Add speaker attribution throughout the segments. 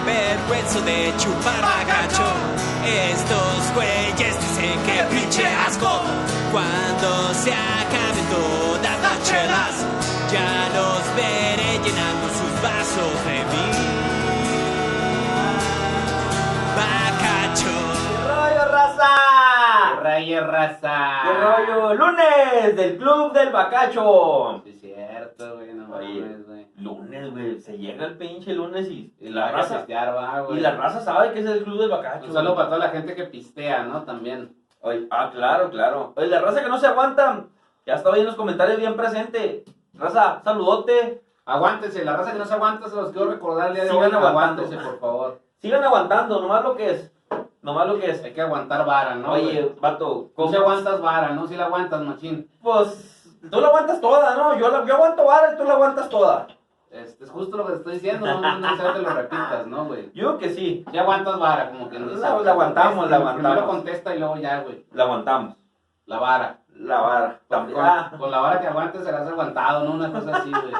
Speaker 1: avergüenzo de chupar a gacho. Estos güeyes dicen que pinche asco. Cuando se acaben todas las chelas, ya los veré llenando sus vasos de mí. Bacacho.
Speaker 2: rollo, raza!
Speaker 3: Rayo raza.
Speaker 2: ¡Qué rollo! ¡Lunes del Club del Bacacho!
Speaker 3: Sí, es cierto, güey, no
Speaker 2: Oye.
Speaker 3: mames, güey.
Speaker 2: Lunes, güey, se llega el pinche lunes este, y,
Speaker 3: Y la raza pistear va, güey.
Speaker 2: Y la raza sabe que es el Club del Bacacho.
Speaker 3: Un saludo para toda la gente que pistea, ¿no? También.
Speaker 2: Oye, ah, claro, claro. Oye, la raza que no se aguanta, ya estaba ahí en los comentarios bien presente. Raza, saludote.
Speaker 3: Aguántense, la raza que no se aguanta se los quiero recordar el día de
Speaker 2: Sigan
Speaker 3: hoy.
Speaker 2: aguantando.
Speaker 3: Aguántense, por favor.
Speaker 2: Sigan aguantando, nomás lo que es. Nomás lo que es.
Speaker 3: Hay que aguantar vara, ¿no?
Speaker 2: Oye,
Speaker 3: güey?
Speaker 2: vato,
Speaker 3: ¿cómo
Speaker 2: ¿cómo
Speaker 3: si aguantas vara, no? Si la aguantas, machín.
Speaker 2: Pues, tú la aguantas toda, ¿no? Yo, la, yo aguanto vara y tú la aguantas toda.
Speaker 3: Este, es justo lo que te estoy diciendo, no, no, no, no te lo repitas, ¿no, güey?
Speaker 2: Yo que sí,
Speaker 3: Si aguantas vara, como que no
Speaker 2: La-
Speaker 3: sabes.
Speaker 2: la aguantamos, la
Speaker 3: Primero
Speaker 2: aguantamos.
Speaker 3: contesta y luego ya, güey.
Speaker 2: la aguantamos.
Speaker 3: La vara.
Speaker 2: La vara.
Speaker 3: Con,
Speaker 2: Ah,
Speaker 3: con la vara que aguantes serás aguantado, ¿no? Una cosa así, güey.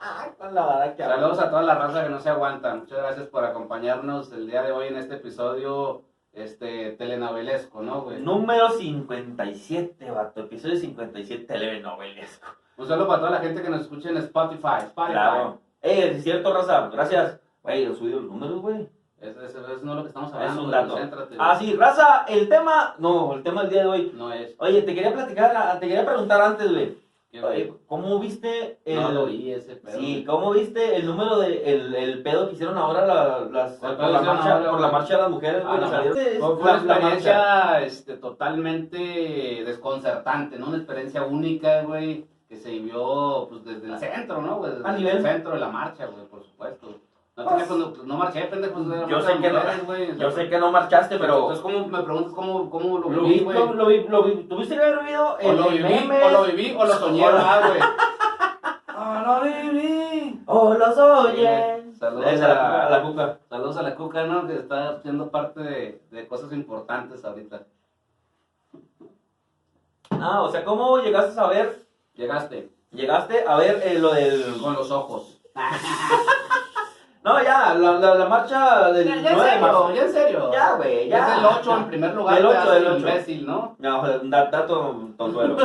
Speaker 2: Ah, con la vara que
Speaker 3: Saludos a toda la raza que no se aguanta. Muchas gracias por acompañarnos el día de hoy en este episodio este telenovelesco, ¿no, güey?
Speaker 2: Pues, Número 57, vato. Episodio 57, telenovelesco.
Speaker 3: Un saludo para toda la gente que nos escucha en Spotify. Spotify.
Speaker 2: Claro. Eh, es cierto, raza. Gracias. Güey, he subido los números, güey.
Speaker 3: Eso, eso- eso no es lo que estamos hablando.
Speaker 2: Es un
Speaker 3: güey,
Speaker 2: dato.
Speaker 3: concéntrate,
Speaker 2: Ah,
Speaker 3: güey.
Speaker 2: sí, raza. El tema. No, el tema del día de hoy.
Speaker 3: No es.
Speaker 2: Oye, te quería platicar, ah, te quería preguntar antes, güey.
Speaker 3: Qué
Speaker 2: Oye,
Speaker 3: güey.
Speaker 2: ¿Cómo viste el.
Speaker 3: No lo vi ese pedo.
Speaker 2: Sí,
Speaker 3: güey.
Speaker 2: ¿cómo viste el número de el, el pedo que hicieron ahora la- las,
Speaker 3: ¿Cuál
Speaker 2: por,
Speaker 3: pedo
Speaker 2: la
Speaker 3: hicieron
Speaker 2: marcha,
Speaker 3: ahora,
Speaker 2: por la
Speaker 3: güey?
Speaker 2: marcha de las mujeres,
Speaker 3: Ah,
Speaker 2: güey, que
Speaker 3: no.
Speaker 2: salieron?
Speaker 3: Fue fue una
Speaker 2: La- la marcha.
Speaker 3: experiencia este, totalmente desconcertante, ¿no? Una experiencia única, güey, que se vivió pues, desde el centro, ¿no? güey? Desde
Speaker 2: A nivel.
Speaker 3: el centro de la marcha, güey, por supuesto. No,
Speaker 2: Pues,
Speaker 3: pendejo, no, pues, no marché, pendejo. no era
Speaker 2: yo
Speaker 3: marcha
Speaker 2: sé
Speaker 3: de
Speaker 2: que no.
Speaker 3: mujeres, güey, o sea,
Speaker 2: Yo sé que no marchaste, pero.
Speaker 3: Entonces, ¿cómo me preguntas cómo, cómo lo
Speaker 2: Lo
Speaker 3: viví,
Speaker 2: vi,
Speaker 3: güey?
Speaker 2: lo, lo vi, lo vi. Tuviste que haber vivido
Speaker 3: O
Speaker 2: el
Speaker 3: lo viví,
Speaker 2: meme.
Speaker 3: o lo viví, o lo soñé,
Speaker 2: O lo-
Speaker 3: ah, güey. ¡Ah, lo viví!
Speaker 2: O los
Speaker 3: Sí,
Speaker 2: oyes.
Speaker 3: saludos
Speaker 2: Esa, la
Speaker 3: a-
Speaker 2: cuca, a la cuca.
Speaker 3: Saludos a la Cuca, ¿no? Que está siendo parte de, de cosas importantes ahorita.
Speaker 2: Ah, o sea, ¿cómo llegaste a ver?
Speaker 3: Llegaste
Speaker 2: Llegaste a ver eh, lo del.
Speaker 3: con los ojos.
Speaker 2: No, ya, la, la, la marcha del. 9 de marzo.
Speaker 3: ya en serio.
Speaker 2: Ya, güey, ya.
Speaker 3: Es el 8 en primer lugar.
Speaker 2: Del
Speaker 3: te
Speaker 2: 8,
Speaker 3: hace
Speaker 2: del 8.
Speaker 3: imbécil, ¿no?
Speaker 2: No, da- dato tontuelo.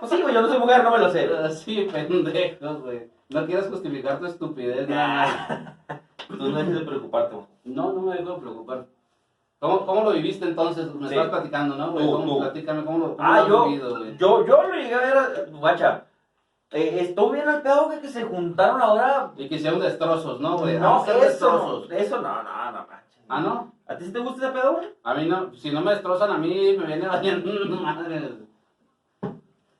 Speaker 2: pues sí, güey, yo no soy mujer, no me lo sé.
Speaker 3: Sí, pendejos, güey. No quieres justificar tu estupidez, nada más.
Speaker 2: Tú no dejes de preocuparte. güey.
Speaker 3: No, no me dejo de preocupar. ¿Cómo, ¿Cómo lo viviste entonces? Me
Speaker 2: Sí.
Speaker 3: estás platicando, ¿no, güey?
Speaker 2: Tú,
Speaker 3: ¿Cómo?
Speaker 2: tú.
Speaker 3: Platícame, ¿cómo lo, cómo lo
Speaker 2: Ah,
Speaker 3: has
Speaker 2: yo,
Speaker 3: vivido, güey?
Speaker 2: yo, yo lo llegué a ver, guacha. Eh, estuvo bien al pedo que, que se juntaron ahora.
Speaker 3: Y que hicieron destrozos, ¿no, güey?
Speaker 2: no,
Speaker 3: Vamos a hacer
Speaker 2: eso, no, eso no, no, no, manches.
Speaker 3: ¿Ah, no?
Speaker 2: ¿A ti sí te gusta ese pedo, güey?
Speaker 3: A mí no, si no me destrozan a mí, me viene valiendo madre.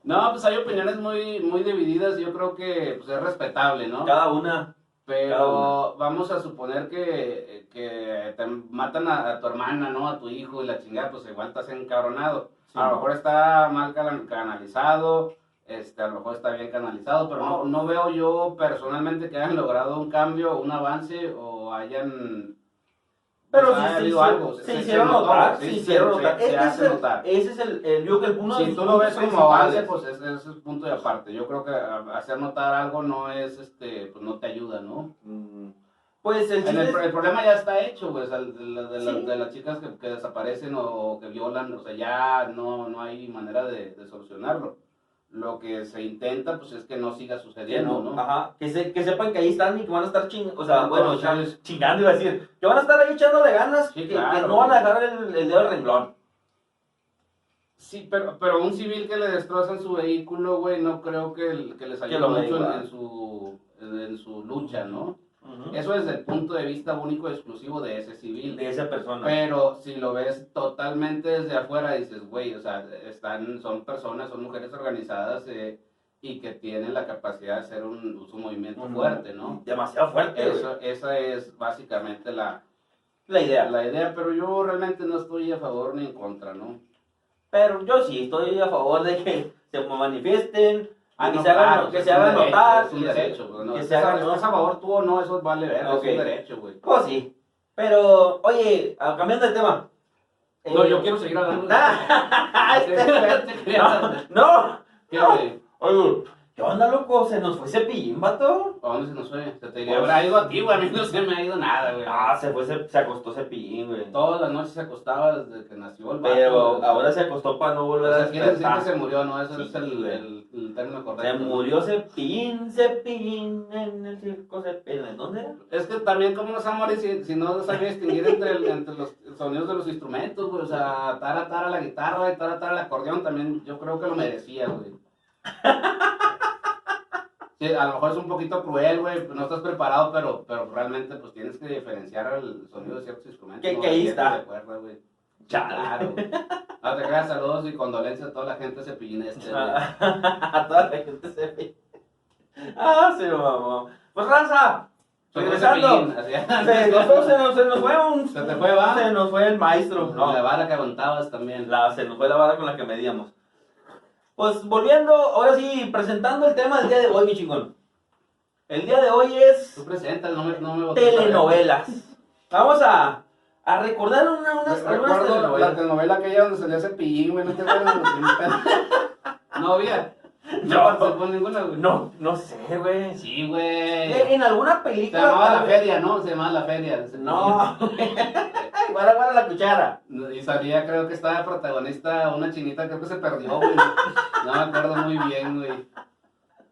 Speaker 3: No, pues hay opiniones muy, muy divididas, yo creo que pues, es respetable, ¿no?
Speaker 2: Cada una. Cada
Speaker 3: Pero vamos a suponer que, que te matan a, a tu hermana, ¿no? A tu hijo y la chingada, pues igual estás encabronado.
Speaker 2: Sí.
Speaker 3: A lo mejor está mal cana- canalizado, este, a lo mejor está bien canalizado, pero no, no veo yo personalmente que hayan logrado un cambio, un avance o hayan...
Speaker 2: Pero
Speaker 3: pues,
Speaker 2: sí,
Speaker 3: haya
Speaker 2: sí,
Speaker 3: habido
Speaker 2: sí,
Speaker 3: algo.
Speaker 2: se
Speaker 3: Se- se
Speaker 2: hicieron
Speaker 3: notó,
Speaker 2: notar,
Speaker 3: sí,
Speaker 2: se
Speaker 3: se-
Speaker 2: hicieron
Speaker 3: se-
Speaker 2: notar.
Speaker 3: se
Speaker 2: Ese
Speaker 3: hace
Speaker 2: es el-
Speaker 3: notar.
Speaker 2: Ese es el, el- yo creo que el uno de
Speaker 3: Si
Speaker 2: los
Speaker 3: tú lo ves
Speaker 2: puntos
Speaker 3: como avance,
Speaker 2: principales.
Speaker 3: pues es- ese es el punto de aparte. Yo creo que a- hacer notar algo no es, este, pues no te ayuda, ¿no?
Speaker 2: Mm, Pues el
Speaker 3: El,
Speaker 2: chiste
Speaker 3: el-
Speaker 2: es-
Speaker 3: el problema ya está hecho, güey. o sea, de, la- de la-
Speaker 2: Sí.
Speaker 3: de las chicas que, que desaparecen o que violan, o sea, ya no, no hay manera de, de solucionarlo. Lo que se intenta, pues, es que no siga sucediendo, ¿no? Ah,
Speaker 2: Ajá, que, ah. se, que sepan que ahí están y que van a estar ching, o sea, bueno,
Speaker 3: Entonces-
Speaker 2: chan- chingando iba a decir, que van a estar ahí echándole ganas,
Speaker 3: Sí,
Speaker 2: que,
Speaker 3: claro,
Speaker 2: que no van a
Speaker 3: güey.
Speaker 2: dejar el, el dedo del renglón.
Speaker 3: Sí, pero, pero un civil que le destrozan su vehículo, güey, no creo que, el- que les
Speaker 2: Que
Speaker 3: ayude
Speaker 2: lo
Speaker 3: mucho en,
Speaker 2: ayuda.
Speaker 3: en su, en, en su lucha, ¿no? Eso desde el punto de vista único y exclusivo de ese civil.
Speaker 2: de esa persona.
Speaker 3: Pero si lo ves totalmente desde afuera, dices, güey, o sea, están, son personas, son mujeres organizadas eh, y que tienen la capacidad de hacer un, un movimiento
Speaker 2: Un-
Speaker 3: fuerte, ¿no?
Speaker 2: Demasiado fuerte, güey.
Speaker 3: Eso, esa es básicamente la,
Speaker 2: la idea.
Speaker 3: la idea, pero yo realmente no estoy a favor ni en contra, ¿no?
Speaker 2: Pero yo sí estoy a favor de que se manifiesten,
Speaker 3: Ah,
Speaker 2: que,
Speaker 3: no,
Speaker 2: se hagan,
Speaker 3: claro,
Speaker 2: que
Speaker 3: es
Speaker 2: se
Speaker 3: un
Speaker 2: hagan
Speaker 3: derecho,
Speaker 2: notar,
Speaker 3: Es un
Speaker 2: que se-
Speaker 3: derecho, güey, ¿no?
Speaker 2: que se
Speaker 3: Estás a-
Speaker 2: hagan
Speaker 3: estás a favor tú o no, eso vale ver,
Speaker 2: Ok.
Speaker 3: es un derecho, güey.
Speaker 2: Pues sí. Pero, oye, ah, cambiando de tema.
Speaker 3: No,
Speaker 2: Eh,
Speaker 3: yo quiero seguir hablando.
Speaker 2: Ah, este-
Speaker 3: Te- te- te-
Speaker 2: No, no.
Speaker 3: Fíjate,
Speaker 2: Oye, ¿Qué onda, loco? ¿Se nos fue cepillín, vato?
Speaker 3: ¿A dónde se nos fue? Se te diría, habrá ido a ti, güey. A mí no se me ha ido nada, güey.
Speaker 2: Pues, Ah, se fue, Cep- se acostó cepillín, güey.
Speaker 3: Todas las noches se acostaba desde que nació el vato.
Speaker 2: Pero
Speaker 3: güey.
Speaker 2: ahora se acostó para no
Speaker 3: O
Speaker 2: volver a
Speaker 3: sea, quiere decir
Speaker 2: despertar.
Speaker 3: que se murió, ¿no? Ese
Speaker 2: Sí,
Speaker 3: es el,
Speaker 2: güey.
Speaker 3: el, el término
Speaker 2: Se
Speaker 3: correcto.
Speaker 2: murió Cepillín, Cepillín, en el circo Cepillín. ¿En dónde era?
Speaker 3: Es que también, ¿cómo nos amores si, si no sabía distinguir entre, el- entre los sonidos de los instrumentos, güey? O sea, tara, tara la guitarra y tara, tara el acordeón también, yo creo que lo merecía, güey. Sí, a lo mejor es un poquito cruel, güey, no estás preparado, pero, pero realmente pues tienes que diferenciar el sonido de ciertos instrumentos.
Speaker 2: Que-
Speaker 3: ¿no?
Speaker 2: que ahí
Speaker 3: De
Speaker 2: está.
Speaker 3: ciertos de cuerda, güey.
Speaker 2: Chala.
Speaker 3: Claro. güey. No te creas, saludos y condolencias a toda la gente cepillina este, güey.
Speaker 2: Ah, A toda la gente Cepillín. Ah, se mamó. Pues raza, regresando.
Speaker 3: Cepillín, así.
Speaker 2: Se, nosotros se, nos, se nos fue un.
Speaker 3: Se te fue, va.
Speaker 2: Se nos fue el maestro. No,
Speaker 3: La vara que aguantabas también.
Speaker 2: la- se nos fue la vara con la que medíamos. Pues volviendo, ahora sí, presentando el tema del día de hoy, mi chingón. El día de hoy es.
Speaker 3: Tú presentas, no me, no me botes.
Speaker 2: telenovelas. Vamos a, a recordar una, unas, algunas
Speaker 3: Recuerdo la
Speaker 2: telenovelas.
Speaker 3: telenovela aquella donde salía Cepillín, güey, no te acuerdas. No había.
Speaker 2: No.
Speaker 3: No participó en ninguna, güey.
Speaker 2: No, no sé, güey.
Speaker 3: Sí, güey.
Speaker 2: Eh, En alguna
Speaker 3: Se
Speaker 2: película.
Speaker 3: llamaba La
Speaker 2: tal vez-
Speaker 3: Feria, ¿no? Se llamaba La Feria. Cepillín.
Speaker 2: No. Ay, guarda, guarda la cuchara.
Speaker 3: Y salía, creo que estaba protagonista una chinita, creo que se perdió, güey. No me acuerdo muy bien, güey.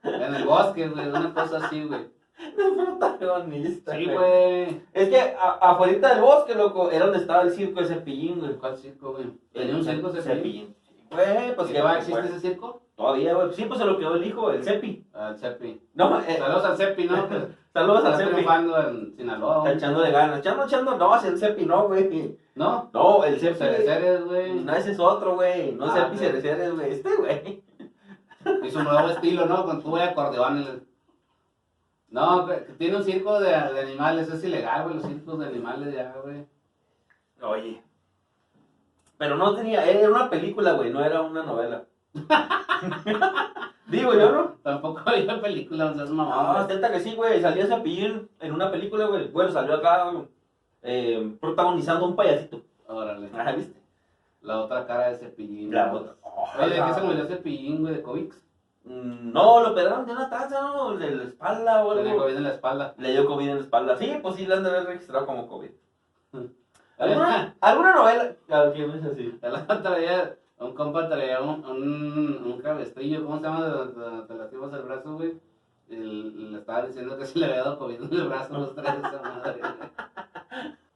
Speaker 3: En el bosque, güey, una cosa así, güey.
Speaker 2: El protagonista.
Speaker 3: Sí, güey.
Speaker 2: Es que a- afuera del bosque, loco, era donde estaba el circo de Cepillín, güey.
Speaker 3: ¿Cuál circo, güey? Tenía un circo ese
Speaker 2: Sí, Güey, pues
Speaker 3: ¿Y
Speaker 2: que
Speaker 3: todavía existe ese circo?
Speaker 2: Todavía, güey. Sí, pues se lo quedó el hijo, el Cepi.
Speaker 3: Al Cepi.
Speaker 2: No, eh,
Speaker 3: Saludos al Cepi, ¿no? Pues,
Speaker 2: saludos
Speaker 3: Está
Speaker 2: al Cepi.
Speaker 3: triunfando en Sinaloa.
Speaker 2: Está
Speaker 3: güey.
Speaker 2: echando de ganas. Echando, echando. No, es el Cepi no, güey.
Speaker 3: ¿No?
Speaker 2: No, el Cepi.
Speaker 3: Cereceres, güey.
Speaker 2: No, ese es otro, güey. No
Speaker 3: Ah,
Speaker 2: sé,
Speaker 3: güey.
Speaker 2: Cereceres, güey. Este, güey.
Speaker 3: Y su nuevo estilo, ¿no? Con tu güey, acordeón. el- No, que- que tiene un circo de, de animales. Es ilegal, güey, los circos de animales ya, güey.
Speaker 2: Oye. Pero no tenía. Era una película, güey. No era una novela. Digo yo, ¿no?
Speaker 3: Tampoco había película, o sea, es
Speaker 2: No,
Speaker 3: mamá.
Speaker 2: intenta Ah, que sí, güey. Salió ese pillín en una película, güey. Bueno, salió acá eh, protagonizando un payasito.
Speaker 3: Órale.
Speaker 2: Ah, ¿viste?
Speaker 3: La otra cara de Cepillín.
Speaker 2: La
Speaker 3: güey.
Speaker 2: otra. Oh,
Speaker 3: Oye, ¿de
Speaker 2: la-
Speaker 3: qué se murió Cepillín, güey? ¿De COVID?
Speaker 2: Mm, No, lo operaron de una taza, ¿no? De la espalda o
Speaker 3: Tenía
Speaker 2: algo.
Speaker 3: COVID en la espalda.
Speaker 2: Le dio COVID en la espalda. Sí, pues sí, la han de haber registrado como COVID.
Speaker 3: Oye,
Speaker 2: ¿Alguna, alguna novela? Claro, ¿qué es así?
Speaker 3: El otro día, un compa traía un, un, un cabestrillo, ¿cómo se llama? De, de, de las tipas del brazo, güey. Y le estaba diciendo que se le había dado COVID en el brazo los tres de esa madre. güey.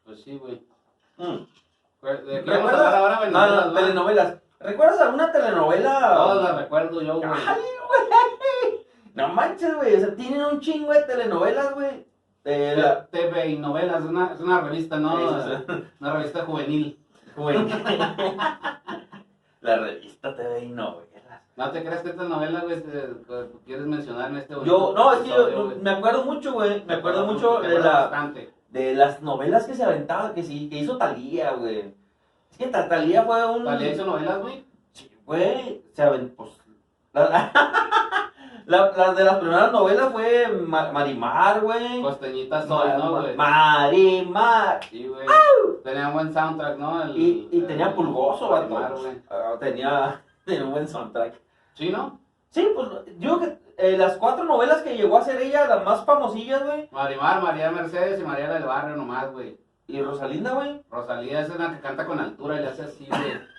Speaker 3: Pues sí, güey.
Speaker 2: Mm.
Speaker 3: ¿De qué vamos a
Speaker 2: ¿Recuerdas?
Speaker 3: hablar ahora, güey?
Speaker 2: No, no,
Speaker 3: Novelas, güey.
Speaker 2: telenovelas. ¿Recuerdas alguna
Speaker 3: Todas
Speaker 2: telenovela?
Speaker 3: las recuerdo yo, güey.
Speaker 2: Ay, güey. No manches, güey. O sea, tienen un chingo de telenovelas, güey. De la-
Speaker 3: TV y novelas, es una, es una revista, ¿no?
Speaker 2: Eso
Speaker 3: Una revista juvenil.
Speaker 2: Güey. la revista TV y novelas.
Speaker 3: ¿No te crees que esta novela, güey, te- que quieres mencionar en este
Speaker 2: Yo,
Speaker 3: bonito
Speaker 2: no, es que yo
Speaker 3: episodio, güey?
Speaker 2: me acuerdo mucho, güey. Me acuerdo mucho
Speaker 3: te
Speaker 2: de,
Speaker 3: acuerdas
Speaker 2: la,
Speaker 3: bastante.
Speaker 2: de las novelas que se aventaban, que sí, que hizo Talía, güey. Es que Ta- Talía fue un.
Speaker 3: ¿Talía hizo novelas, güey?
Speaker 2: Sí, güey, se aven- pues, la, la- la de las primeras novelas fue Ma- Marimar, güey.
Speaker 3: Costeñita Sol, ¿no, güey?
Speaker 2: Marimar.
Speaker 3: Sí, güey. Tenía buen soundtrack, ¿no? El-
Speaker 2: Y, y
Speaker 3: el-
Speaker 2: tenía pulgoso,
Speaker 3: el-
Speaker 2: vato.
Speaker 3: güey.
Speaker 2: Ah, Tenía, tenía un buen soundtrack.
Speaker 3: ¿Sí, no?
Speaker 2: Sí, pues digo que eh, las cuatro novelas que llegó a hacer ella, las más famosillas, güey.
Speaker 3: Marimar, María Mercedes y María del Barrio nomás, güey.
Speaker 2: Y Rosalinda, güey.
Speaker 3: Rosalía esa es la que canta con altura y le hace así, güey.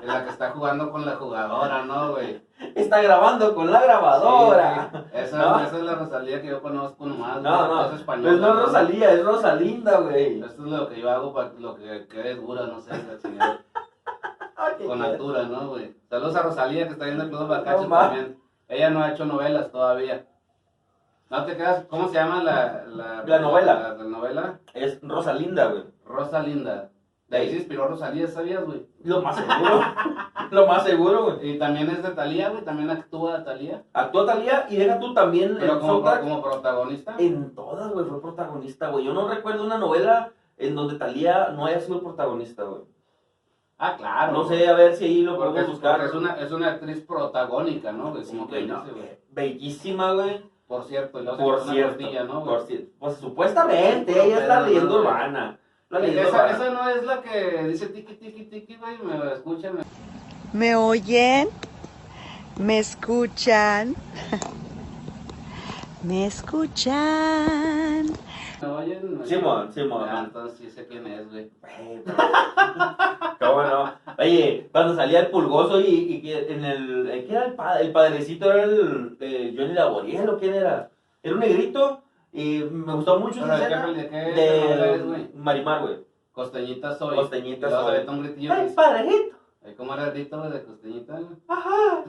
Speaker 3: Es la que está jugando con la jugadora, ¿no, güey?
Speaker 2: Está grabando con la grabadora.
Speaker 3: Sí, güey. esa,
Speaker 2: ¿No?
Speaker 3: esa es la Rosalía que yo conozco nomás.
Speaker 2: No,
Speaker 3: güey.
Speaker 2: no.
Speaker 3: Es
Speaker 2: Es
Speaker 3: española.
Speaker 2: no es
Speaker 3: güey.
Speaker 2: Rosalía, es Rosalinda, güey.
Speaker 3: Esto es lo que yo hago para lo que quede dura, no sé, la chingada.
Speaker 2: Ay, qué
Speaker 3: con
Speaker 2: chido.
Speaker 3: altura, ¿no, güey? Saludos a Rosalía que está viendo el Club Bacacho
Speaker 2: No, ma.
Speaker 3: también. Ella no ha hecho novelas todavía. No te quedas, ¿cómo se llama la, la,
Speaker 2: La novela.
Speaker 3: La, la novela
Speaker 2: Es Rosalinda, güey.
Speaker 3: Rosalinda. De ahí
Speaker 2: Sí.
Speaker 3: se inspiró Rosalía, ¿sabías, güey?
Speaker 2: Lo más seguro. lo más seguro, güey.
Speaker 3: Y también es de Talía, güey, también actúa Talía.
Speaker 2: Actuó Talía y deja tú también
Speaker 3: Pero
Speaker 2: el
Speaker 3: como, pro-
Speaker 2: soundtrack.
Speaker 3: como protagonista.
Speaker 2: En todas, güey, fue protagonista, güey. Yo no recuerdo una novela en donde Talía no haya sido protagonista, güey.
Speaker 3: Ah, claro.
Speaker 2: No sé, a ver si ahí lo
Speaker 3: Porque es,
Speaker 2: podemos buscar.
Speaker 3: porque es una, es una actriz protagónica, ¿no? güey?
Speaker 2: Sí,
Speaker 3: Como que
Speaker 2: güey, no,
Speaker 3: dice, güey.
Speaker 2: Bellísima, güey.
Speaker 3: Por cierto, y luego se
Speaker 2: Por
Speaker 3: quitó una
Speaker 2: cierto.
Speaker 3: costilla, ¿no, güey?
Speaker 2: por si- Pues supuestamente,
Speaker 3: Pero,
Speaker 2: ella es la
Speaker 3: pero,
Speaker 2: leyenda
Speaker 3: no,
Speaker 2: urbana. La leyenda
Speaker 3: Esa,
Speaker 2: urbana.
Speaker 3: esa no es la que dice tiki tiki tiki, güey, me escuchan.
Speaker 4: ¿Me oyen? ¿Me escuchan? ¿Me escuchan?
Speaker 3: ¿Me oyen? ¿Me-
Speaker 2: Simón, Simón.
Speaker 3: Ah, entonces sí sé quién es, güey.
Speaker 2: ¿Cómo no? Oye, cuando salía el pulgoso y, y que en el. ¿en ¿Qué era el padre? El padrecito era el. eh, Johnny Laboriel o quién era? Era un negrito y me gustó mucho
Speaker 3: Pero
Speaker 2: esa
Speaker 3: ¿de qué
Speaker 2: escena
Speaker 3: peli- de qué novela
Speaker 2: de
Speaker 3: es, güey?
Speaker 2: Marimar, güey.
Speaker 3: Costeñita soy.
Speaker 2: Costeñita
Speaker 3: Y luego se
Speaker 2: soy.
Speaker 3: avienta un gritillo.
Speaker 2: ¡Ay, padrecito!
Speaker 3: Ahí como era el grito güey, de costeñita, güey.
Speaker 2: ¡Ajá!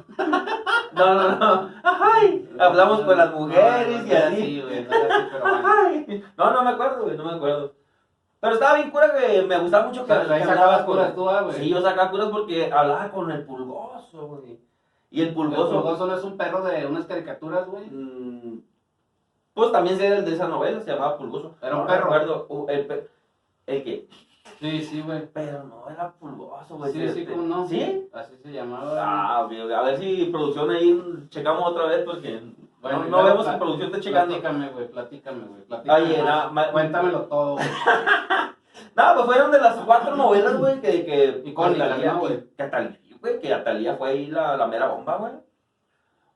Speaker 2: No, no, no. ¡Ajay! Hablamos con las
Speaker 3: No,
Speaker 2: mujeres
Speaker 3: no
Speaker 2: y
Speaker 3: era
Speaker 2: así.
Speaker 3: güey, no era así, pero bueno.
Speaker 2: ¡Ajay! No, no me acuerdo, güey, no me acuerdo. Pero estaba bien cura que me gustaba mucho que,
Speaker 3: Pero ahí
Speaker 2: que
Speaker 3: sacabas
Speaker 2: con-
Speaker 3: puras tú, ah, güey.
Speaker 2: Sí, yo sacaba curas porque hablaba con el pulgoso, güey. Y el
Speaker 3: El
Speaker 2: pulgoso.
Speaker 3: pulgoso no es un perro de unas caricaturas, güey.
Speaker 2: mm, Pues también era el de esa novela, se llamaba Pulgoso.
Speaker 3: Era un
Speaker 2: No
Speaker 3: perro.
Speaker 2: recuerdo, uh, el, pe- el que.
Speaker 3: Sí, sí, güey.
Speaker 2: Pero no era Pulgoso, güey.
Speaker 3: Sí, sí,
Speaker 2: este.
Speaker 3: ¿cómo no?
Speaker 2: ¿Sí?
Speaker 3: Así se llamaba. güey.
Speaker 2: Ah, güey, a ver si producción ahí checamos otra vez porque no,
Speaker 3: Bueno,
Speaker 2: no
Speaker 3: primero,
Speaker 2: vemos
Speaker 3: pla-
Speaker 2: si producción está checando.
Speaker 3: Platícame, güey, platícame, güey. platícame
Speaker 2: Oye,
Speaker 3: más.
Speaker 2: no, ma-
Speaker 3: Cuéntamelo todo, güey.
Speaker 2: No, pues fueron de las cuatro novelas, güey, que, que,
Speaker 3: Icónicas,
Speaker 2: Atalía,
Speaker 3: ¿no, güey?
Speaker 2: que, que Atalía, güey, que Atalía fue ahí la, la mera bomba, güey.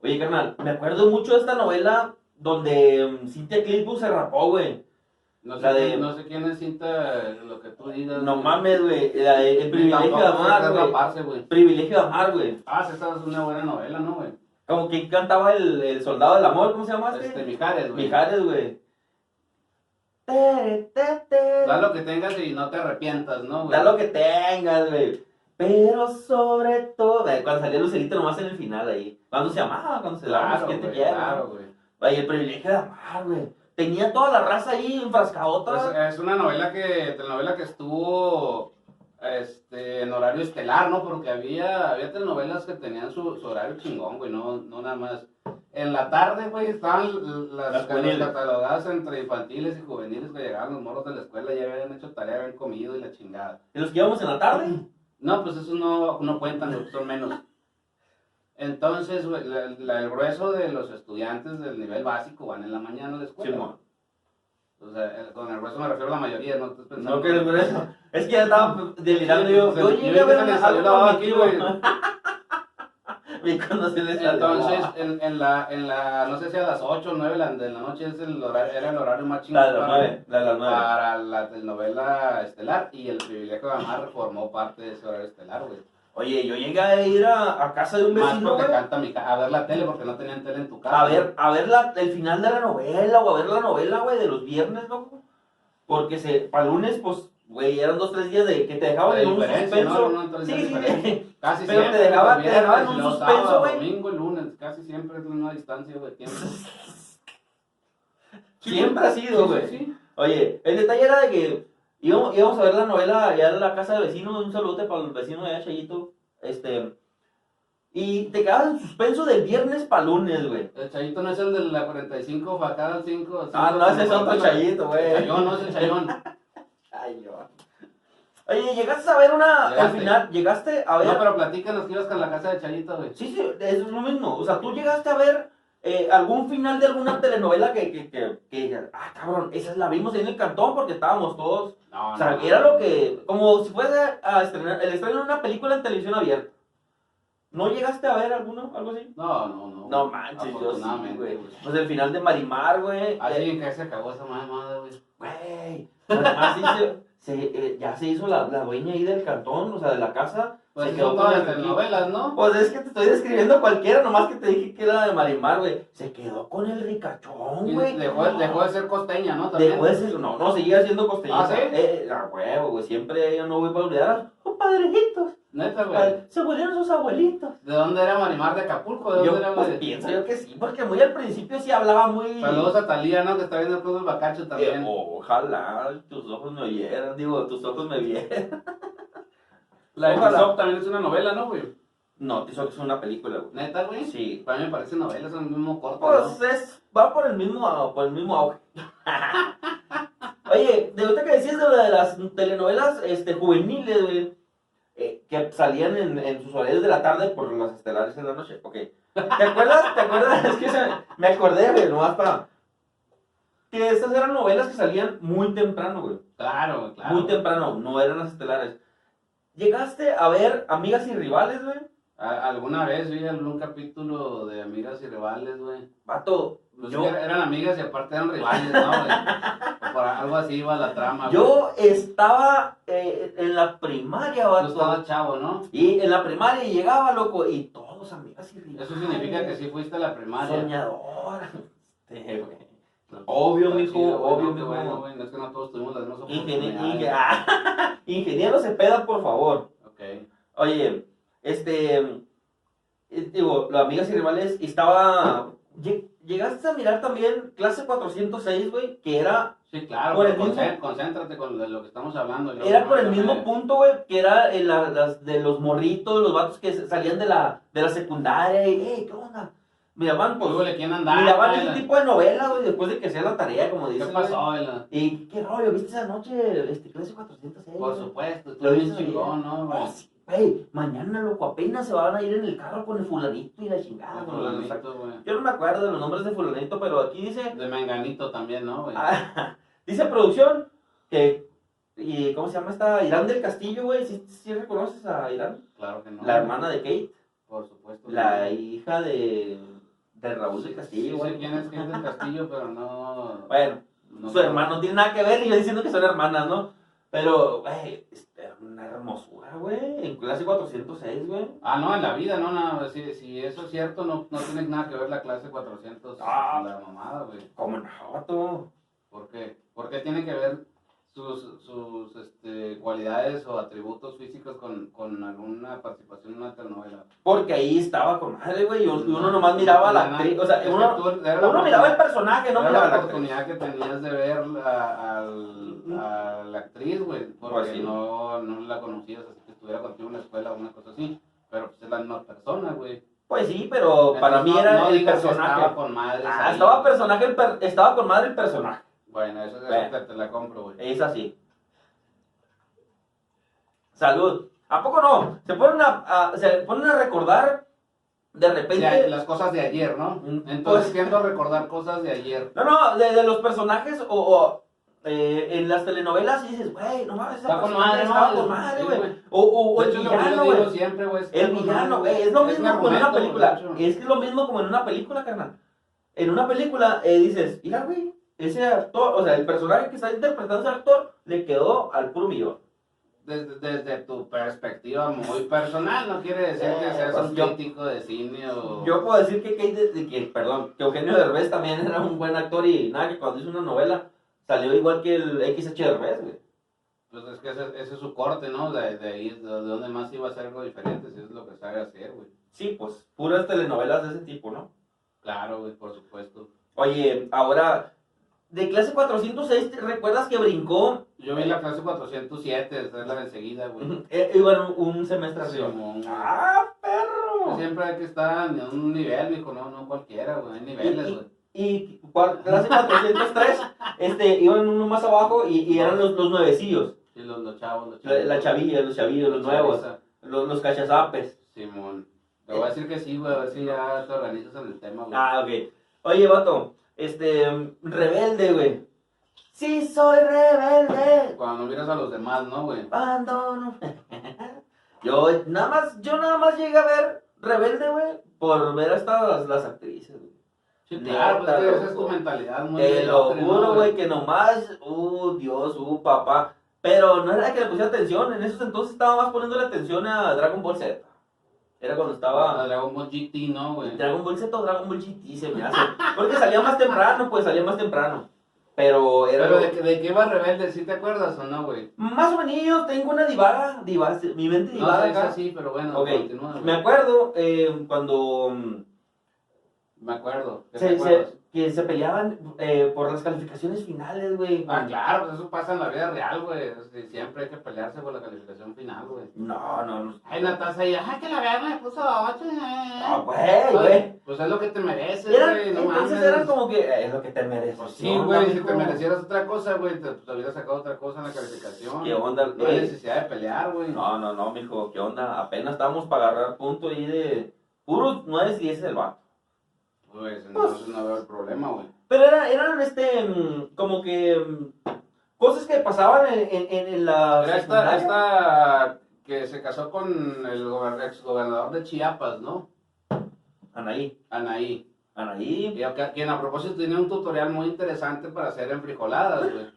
Speaker 2: Oye, carnal, me acuerdo mucho de esta novela donde mm, Cynthia Clitwood se rapó, güey.
Speaker 3: No sé,
Speaker 2: La de-
Speaker 3: quién- no sé quién es cinta eh, lo que tú digas.
Speaker 2: No
Speaker 3: güey.
Speaker 2: mames, güey, la de- el
Speaker 3: Ni
Speaker 2: privilegio de
Speaker 3: tampoco sé
Speaker 2: amar,
Speaker 3: qué
Speaker 2: güey.
Speaker 3: raparse, güey.
Speaker 2: Privilegio de amar, güey.
Speaker 3: Ah, sí, esta es una buena novela, ¿no, güey?
Speaker 2: Como que cantaba el, el soldado del amor, ¿cómo se llama este?
Speaker 3: Este, Mijares, güey.
Speaker 2: Mijares, güey. Tere, te, te.
Speaker 3: Da lo que tengas y no te arrepientas, ¿no, güey?
Speaker 2: Da lo que tengas, güey. Pero sobre todo, eh, cuando salía Lucerito nomás en el final ahí. Cuando se amaba, cuando se daba,
Speaker 3: Claro,
Speaker 2: ¿quién te
Speaker 3: güey,
Speaker 2: quiere?
Speaker 3: claro, güey.
Speaker 2: Ay, el privilegio de amar, güey. Tenía toda la raza ahí
Speaker 3: Pues,
Speaker 2: enfrascadota.
Speaker 3: es una novela que, telenovela que estuvo este, en horario estelar, ¿no? Porque había, había telenovelas que tenían su, su horario chingón, güey, no, no nada más. En la tarde, güey, estaban l- las,
Speaker 2: Las
Speaker 3: las
Speaker 2: juveniles.
Speaker 3: catalogadas entre infantiles y juveniles que llegaban los morros de la escuela, ya habían hecho tarea, habían comido y la chingada.
Speaker 2: Y los que íbamos en la tarde.
Speaker 3: No, pues esos no, no cuentan, güey, son menos. Entonces, güey, la- la- el grueso de los estudiantes del nivel básico van en la mañana a la escuela.
Speaker 2: Simón.
Speaker 3: O sea, el- con el grueso me refiero a la mayoría, ¿no? Estás pensando-
Speaker 2: No, que el grueso. Es que ya estaba delirando yo.
Speaker 3: Sí,
Speaker 2: Yo
Speaker 3: pues,
Speaker 2: llegué
Speaker 3: yo
Speaker 2: a ver
Speaker 3: se
Speaker 2: una
Speaker 3: le salió la baba aquí, güey.
Speaker 2: Y cuando se les salió.
Speaker 3: Entonces, en, en la, en la, no sé si a las 8 o 9 de la, de la noche es el horario, era el horario más
Speaker 2: La
Speaker 3: chingón
Speaker 2: de las nueve. La de las nueve.
Speaker 3: para la telenovela estelar y el privilegio de amar formó parte de ese horario estelar, güey.
Speaker 2: Oye, yo llegué a ir a, a casa de un
Speaker 3: Más
Speaker 2: vecino,
Speaker 3: porque
Speaker 2: güey.
Speaker 3: canta mi ca- a ver la tele porque no tenían tele en tu casa.
Speaker 2: a ver, a ver la, el final de la novela, o a ver la novela, güey, de los viernes, loco. Porque se, para lunes, pues, güey, eran dos, tres días de que te dejaban
Speaker 3: La
Speaker 2: en un
Speaker 3: diferencia,
Speaker 2: suspenso.
Speaker 3: ¿no? No, no,
Speaker 2: sí,
Speaker 3: entonces,
Speaker 2: sí,
Speaker 3: la diferencia.
Speaker 2: sí.
Speaker 3: casi
Speaker 2: pero te
Speaker 3: siempre
Speaker 2: dejaba-
Speaker 3: los
Speaker 2: te dejaban
Speaker 3: viernes,
Speaker 2: un
Speaker 3: los
Speaker 2: suspenso,
Speaker 3: sábados,
Speaker 2: güey.
Speaker 3: Domingo, y lunes, casi siempre es una distancia de tiempo.
Speaker 2: Siempre ha sido, güey.
Speaker 3: Sí, sí, sí.
Speaker 2: Oye, el detalle era de que íbamos, íbamos a ver la novela allá en la casa del vecino, un saludote para el vecino de allá, Chayito. Este. Y te quedabas en suspenso del viernes para lunes, güey.
Speaker 3: El Chayito no es el de la 45 facada al 5.
Speaker 2: Ah, no, ese es otro Chayito, güey.
Speaker 3: Chayón, no es el Chayón.
Speaker 2: Ay, yo. Oye, llegaste a ver una. Al
Speaker 3: Llegaste.
Speaker 2: final, llegaste a ver.
Speaker 3: No, pero platícanos que ibas con la casa de Chayito, güey.
Speaker 2: Sí, sí, es lo mismo. O sea, tú llegaste a ver eh, algún final de alguna telenovela que, que, que, que digas, ah, cabrón, esa la vimos en el cantón porque estábamos todos.
Speaker 3: No,
Speaker 2: O sea, era lo que. Como si fuese a estrenar. El estreno de una película en televisión abierta. ¿No llegaste a ver alguno? ¿Algo así?
Speaker 3: No, no, no.
Speaker 2: No manches, yo sí,
Speaker 3: Afortunadamente, Ah,
Speaker 2: güey. Pues el final de Marimar, güey.
Speaker 3: Así
Speaker 2: eh,
Speaker 3: en que se acabó esa mamada, güey.
Speaker 2: Güey. Marimar sí se- se, eh, ya se hizo la, la dueña ahí del cantón, o sea, de la casa.
Speaker 3: Pues
Speaker 2: se
Speaker 3: son
Speaker 2: con
Speaker 3: todas las
Speaker 2: el-
Speaker 3: telenovelas, ¿no?
Speaker 2: Pues es que te estoy describiendo a cualquiera, nomás que te dije que era la de Marimar, güey. Se quedó con el ricachón,
Speaker 3: Y
Speaker 2: güey.
Speaker 3: Dejó, dejó de ser costeña, ¿no? También.
Speaker 2: Dejó de ser- no, no, seguía siendo costeñita.
Speaker 3: ¿Ah, sí?
Speaker 2: Eh, a huevo, güey. Siempre yo no voy para olvidar a sus padrejitos.
Speaker 3: Neta, güey.
Speaker 2: Padre- Se volvieron sus abuelitos.
Speaker 3: ¿De dónde era Marimar de Acapulco? ¿De dónde
Speaker 2: Yo
Speaker 3: era,
Speaker 2: pues,
Speaker 3: güey?
Speaker 2: pienso yo que sí, porque muy al principio sí hablaba muy.
Speaker 3: Saludos a Talía, ¿no? Que está viendo el Club del Bacacho
Speaker 2: Eh,
Speaker 3: también.
Speaker 2: ojalá tus ojos me oyeran, digo, tus ojos me vieran.
Speaker 3: La de
Speaker 2: Ojalá.
Speaker 3: Tizoc también es una novela, ¿no, güey?
Speaker 2: No, te hizo que es una película, güey.
Speaker 3: Neta, güey.
Speaker 2: Sí.
Speaker 3: Para mí me parece novela, son el mismo corto, ¿no?
Speaker 2: Pues es, va por el mismo, por el mismo auge. Oye, de ahorita que decías de, lo de las telenovelas este, juveniles, güey, eh, que salían en, en sus horarios de la tarde por las estelares de la noche. Ok. ¿Te acuerdas? ¿Te acuerdas? Es que se- me acordé, güey, nomás para. Que estas eran novelas que salían muy temprano, güey.
Speaker 3: Claro, güey, claro.
Speaker 2: Muy temprano, no eran las estelares. Llegaste a ver Amigas y Rivales, güey.
Speaker 3: A- alguna vez vi algún capítulo de Amigas y Rivales, güey.
Speaker 2: Vato,
Speaker 3: Pues
Speaker 2: yo,
Speaker 3: que eran amigas y aparte eran rivales, ¿no, güey? O por algo así iba la trama. güey.
Speaker 2: yo estaba eh, en la primaria,
Speaker 3: Yo
Speaker 2: vato.
Speaker 3: estaba chavo, ¿no?
Speaker 2: Y en la primaria y llegaba, loco, y todos amigas y
Speaker 3: Eso significa que sí fuiste a la primaria. Este,
Speaker 2: Soñadora. Sí, güey.
Speaker 3: No,
Speaker 2: Obvio,
Speaker 3: está
Speaker 2: mijo,
Speaker 3: chido, güey,
Speaker 2: obvio,
Speaker 3: no, qué
Speaker 2: mijo.
Speaker 3: Bueno, güey, no es que no todos tuvimos las mismas
Speaker 2: Ingenie-
Speaker 3: oportunidades.
Speaker 2: inge- ah, ingeniero Cepeda, por favor.
Speaker 3: Ok.
Speaker 2: Oye, este. eh, Digo, los amigas y rivales, y estaba. lle- Llegaste a mirar también clase 406, güey, que era,
Speaker 3: Sí, claro,
Speaker 2: Por el
Speaker 3: pero
Speaker 2: mismo-
Speaker 3: concé- concéntrate con lo- de lo que estamos hablando. yo
Speaker 2: era
Speaker 3: no,
Speaker 2: por el
Speaker 3: yo
Speaker 2: mismo
Speaker 3: me-
Speaker 2: punto, güey, que era eh, la- las de los morritos, los vatos que se- salían de la, de la secundaria, y, "Ey, ¿qué onda? Miraban, pues,
Speaker 3: Pues, ¿quién andaba?
Speaker 2: miraban
Speaker 3: güey?
Speaker 2: ese tipo de novelas, güey, después de que hacía la tarea, como
Speaker 3: ¿Qué
Speaker 2: dicen.
Speaker 3: pasó?
Speaker 2: güey.
Speaker 3: güey? La-
Speaker 2: ¿Y qué rollo? ¿Viste esa noche este, clase 406?
Speaker 3: Por
Speaker 2: güey?
Speaker 3: supuesto, tú
Speaker 2: Lo
Speaker 3: bien
Speaker 2: hizo
Speaker 3: chingón, ¿no? güey?
Speaker 2: Oh, sí, güey, mañana, loco, apenas se van a ir en el carro con el fulanito y la chingada.
Speaker 3: Ah,
Speaker 2: con los-
Speaker 3: fulanito, güey.
Speaker 2: Yo no me acuerdo de los nombres de fulanito, pero aquí dice,
Speaker 3: De Menganito también, ¿no, güey?
Speaker 2: ah, dice producción que, y, ¿cómo se llama esta? Irán del Castillo, güey, ¿sí, sí reconoces a Irán?
Speaker 3: Claro que no.
Speaker 2: La
Speaker 3: güey.
Speaker 2: hermana de Kate,
Speaker 3: Por supuesto.
Speaker 2: la
Speaker 3: güey.
Speaker 2: hija de, de Raúl del
Speaker 3: Sí,
Speaker 2: Castillo,
Speaker 3: sé
Speaker 2: güey.
Speaker 3: quién es quién del Castillo, pero no.
Speaker 2: Bueno,
Speaker 3: no
Speaker 2: su hermano no tiene nada que ver y yo diciendo que son hermanas, ¿no? Pero, güey, era una hermosura, güey, en clase 406, güey.
Speaker 3: Ah, no, en la vida, no, no. Si, si eso es cierto, no, no tiene nada que ver la clase 400
Speaker 2: Ah.
Speaker 3: con la mamada, güey.
Speaker 2: Como no, vato.
Speaker 3: ¿Por qué? ¿Por qué tiene que ver sus, sus este, cualidades o atributos físicos con, con alguna participación en una telenovela?
Speaker 2: Porque ahí estaba con madre, güey. Y uno nomás miraba a la actriz. O sea,
Speaker 3: Es que
Speaker 2: uno,
Speaker 3: tú- era la
Speaker 2: uno miraba el
Speaker 3: oportunidad-
Speaker 2: personaje, no miraba
Speaker 3: era
Speaker 2: a
Speaker 3: la
Speaker 2: la actriz.
Speaker 3: oportunidad que tenías de ver a, al- a la actriz, güey, porque
Speaker 2: Pues sí.
Speaker 3: no, no la conocías, así que estuviera contigo en la escuela o una cosa así, pero pues es la misma persona, güey.
Speaker 2: Pues sí, pero para mí
Speaker 3: Entonces,
Speaker 2: era
Speaker 3: no, no
Speaker 2: el
Speaker 3: digas que
Speaker 2: personaje.
Speaker 3: Estaba con madres
Speaker 2: Ah,
Speaker 3: ahí.
Speaker 2: estaba, personaje el per- estaba con madre el personaje.
Speaker 3: Bueno, eso, eso
Speaker 2: Bueno.
Speaker 3: Te, te la compro, güey.
Speaker 2: Es así. Salud. ¿A poco no? Se ponen a, a- se ponen a recordar de
Speaker 3: De a-
Speaker 2: repente.
Speaker 3: las cosas de ayer, ¿no?
Speaker 2: Mm,
Speaker 3: Entonces
Speaker 2: pues-
Speaker 3: siento recordar cosas de ayer.
Speaker 2: No, no, de, de los personajes o. o, eh, en las telenovelas y dices, güey, no mames, esa
Speaker 3: Está con
Speaker 2: persona
Speaker 3: madre, ¿no?
Speaker 2: estaba con
Speaker 3: Sí,
Speaker 2: madre,
Speaker 3: güey.
Speaker 2: güey. O, o, o
Speaker 3: De
Speaker 2: el
Speaker 3: hecho, es lo que yo
Speaker 2: villano,
Speaker 3: digo
Speaker 2: güey.
Speaker 3: siempre, güey, es que
Speaker 2: El
Speaker 3: no-
Speaker 2: villano, güey, es lo
Speaker 3: Es mi
Speaker 2: mismo como en una
Speaker 3: argumento,
Speaker 2: película.
Speaker 3: de hecho.
Speaker 2: Es que es lo mismo como en una película, carnal. En una película eh, dices, mira, güey, ese actor, o sea, el personaje que está interpretando ese actor le quedó al puro millón.
Speaker 3: Desde, desde tu perspectiva muy personal, no quiere decir que
Speaker 2: Eh,
Speaker 3: seas
Speaker 2: pues
Speaker 3: un
Speaker 2: yo-
Speaker 3: crítico de cine o...
Speaker 2: Yo puedo decir que, Kate, de- que, perdón, que Eugenio Derbez también era un buen actor y nada, que cuando hizo una novela salió igual que el XH Derbez, güey.
Speaker 3: Pues es que ese, ese es su corte, ¿no? De, de ahí, de, de donde más iba a ser algo diferente, si es lo que sabe hacer, güey.
Speaker 2: Sí, pues, puras telenovelas de ese tipo, ¿no?
Speaker 3: Claro, güey, por supuesto.
Speaker 2: Oye, ahora, de clase 406, ¿te ¿recuerdas que brincó?
Speaker 3: Yo vi la clase 407, es la de enseguida, güey.
Speaker 2: Eh, Iban un semestre arriba.
Speaker 3: Simón, güey.
Speaker 2: ¡Ah, perro!
Speaker 3: Siempre hay que estar en un nivel, mijo, no, no cualquiera, güey, hay niveles,
Speaker 2: Y-
Speaker 3: güey.
Speaker 2: Y cua- clase 403, este, iban uno más abajo y, y eran los, los nuevecillos,
Speaker 3: Sí, los, los chavos, los
Speaker 2: la,
Speaker 3: chavos.
Speaker 2: la chavilla, los chavillos, los nuevos, los, los cachazapes.
Speaker 3: Simón. Te voy a decir que sí, güey, a ver si ya te organizas en el tema, güey.
Speaker 2: Ah, ok. Oye, vato, este, rebelde, güey. Sí, soy rebelde.
Speaker 3: Cuando miras a los demás, ¿no, güey?
Speaker 2: Abandono. Yo nada más, yo nada más llegué a ver rebelde, güey, por ver a estas las actrices, güey.
Speaker 3: Sí,
Speaker 2: Neta,
Speaker 3: claro, pues, que esa es
Speaker 2: loco.
Speaker 3: tu mentalidad muy
Speaker 2: Te Eh, lo
Speaker 3: mediocre, ¿no, pues,
Speaker 2: juro, güey, que nomás, uh, Dios, uh, papá. Pero no era que le pusiera atención, en esos entonces estaba más poniéndole atención a Dragon Ball Z. Era cuando
Speaker 3: La
Speaker 2: estaba
Speaker 3: Dragon Ball GT, ¿no, güey?
Speaker 2: Dragon Ball Z o Dragon Ball GT, se me hace. Porque salía más temprano, pues salía más temprano. Pero era.
Speaker 3: Pero de, que- de qué va Rebelde, ¿sí te acuerdas o no, güey?
Speaker 2: Más o menos, tengo una divaga, divaga mi mente
Speaker 3: No,
Speaker 2: divaga.
Speaker 3: es
Speaker 2: acá.
Speaker 3: así, pero bueno,
Speaker 2: Ok.
Speaker 3: continúa, güey.
Speaker 2: Me acuerdo eh, cuando mm,
Speaker 3: Me acuerdo. ¿qué te
Speaker 2: se,
Speaker 3: acuerdas?
Speaker 2: se- que se peleaban eh, por las calificaciones finales, güey.
Speaker 3: Ah, claro, pues eso pasa en la vida real, güey. O sea, siempre hay que pelearse por la calificación final, güey.
Speaker 2: No, no, no.
Speaker 3: Ay, la taza ahí, ay, que la verga me puso 8.
Speaker 2: No, güey, Ah, güey.
Speaker 3: Pues es lo que te mereces,
Speaker 2: Eran-
Speaker 3: güey, no
Speaker 2: entonces
Speaker 3: mames.
Speaker 2: eran como que eh, es lo que te mereces.
Speaker 3: Pues
Speaker 2: ¿Qué
Speaker 3: sí,
Speaker 2: onda,
Speaker 3: güey, si
Speaker 2: mijo?
Speaker 3: te merecieras otra cosa, güey, te, te hubieras sacado otra cosa en la calificación.
Speaker 2: ¿Qué onda?
Speaker 3: No hay
Speaker 2: Eh,
Speaker 3: necesidad de pelear, güey.
Speaker 2: No, no, no, mijo, ¿qué onda? Apenas estábamos para agarrar punto ahí de puros 9 y 10 del vato.
Speaker 3: Pues entonces no veo el problema, güey.
Speaker 2: Pero era, eran este, mm, como que mm, cosas que pasaban en, en, en- en la
Speaker 3: Era esta,
Speaker 2: secundaria.
Speaker 3: esta que se casó con el gober- exgobernador de Chiapas, ¿no?
Speaker 2: Anaí.
Speaker 3: Anaí.
Speaker 2: Anaí.
Speaker 3: Y acá- quien a propósito tenía un tutorial muy interesante para hacer enfrijoladas, güey.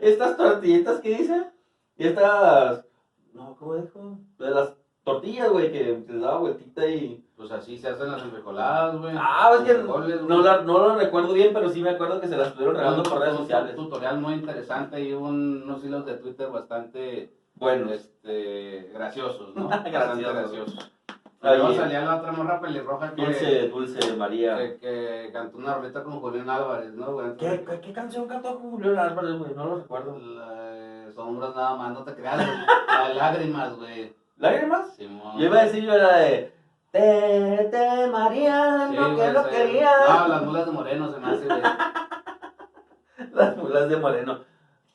Speaker 2: Estas tortillitas que dice. Estas. No, ¿cómo dijo? De las tortillas, güey, que les daba vueltita y.
Speaker 3: Pues así se hacen las enfrijoladas, güey.
Speaker 2: Ah, es que
Speaker 3: Frijoles,
Speaker 2: no,
Speaker 3: güey.
Speaker 2: la- no lo recuerdo bien, pero sí me acuerdo que se las estuvieron regalando por redes
Speaker 3: Un- un
Speaker 2: sociales.
Speaker 3: tutorial muy interesante y un- unos hilos de Twitter bastante
Speaker 2: Bueno,
Speaker 3: este, graciosos, ¿no?
Speaker 2: Graciosos.
Speaker 3: Bastante graciosos.
Speaker 2: Ahí.
Speaker 3: Luego salía la otra morra pelirroja que,
Speaker 2: dulce, dulce María.
Speaker 3: que, que cantó una roleta con Julián Álvarez, ¿no? güey?
Speaker 2: ¿Qué, qué, qué canción cantó Julio Álvarez, güey? No lo recuerdo.
Speaker 3: La- eh, Sombras nada más, no te creas, güey. La de lágrimas, güey.
Speaker 2: ¿Lágrimas?
Speaker 3: Simón.
Speaker 2: Yo iba a decir yo la de. Te, te, María,
Speaker 3: Sí,
Speaker 2: no que
Speaker 3: güey, Ah,
Speaker 2: lo
Speaker 3: sí.
Speaker 2: quería.
Speaker 3: No, las mulas de Moreno se me hace, güey.
Speaker 2: Las mulas de Moreno.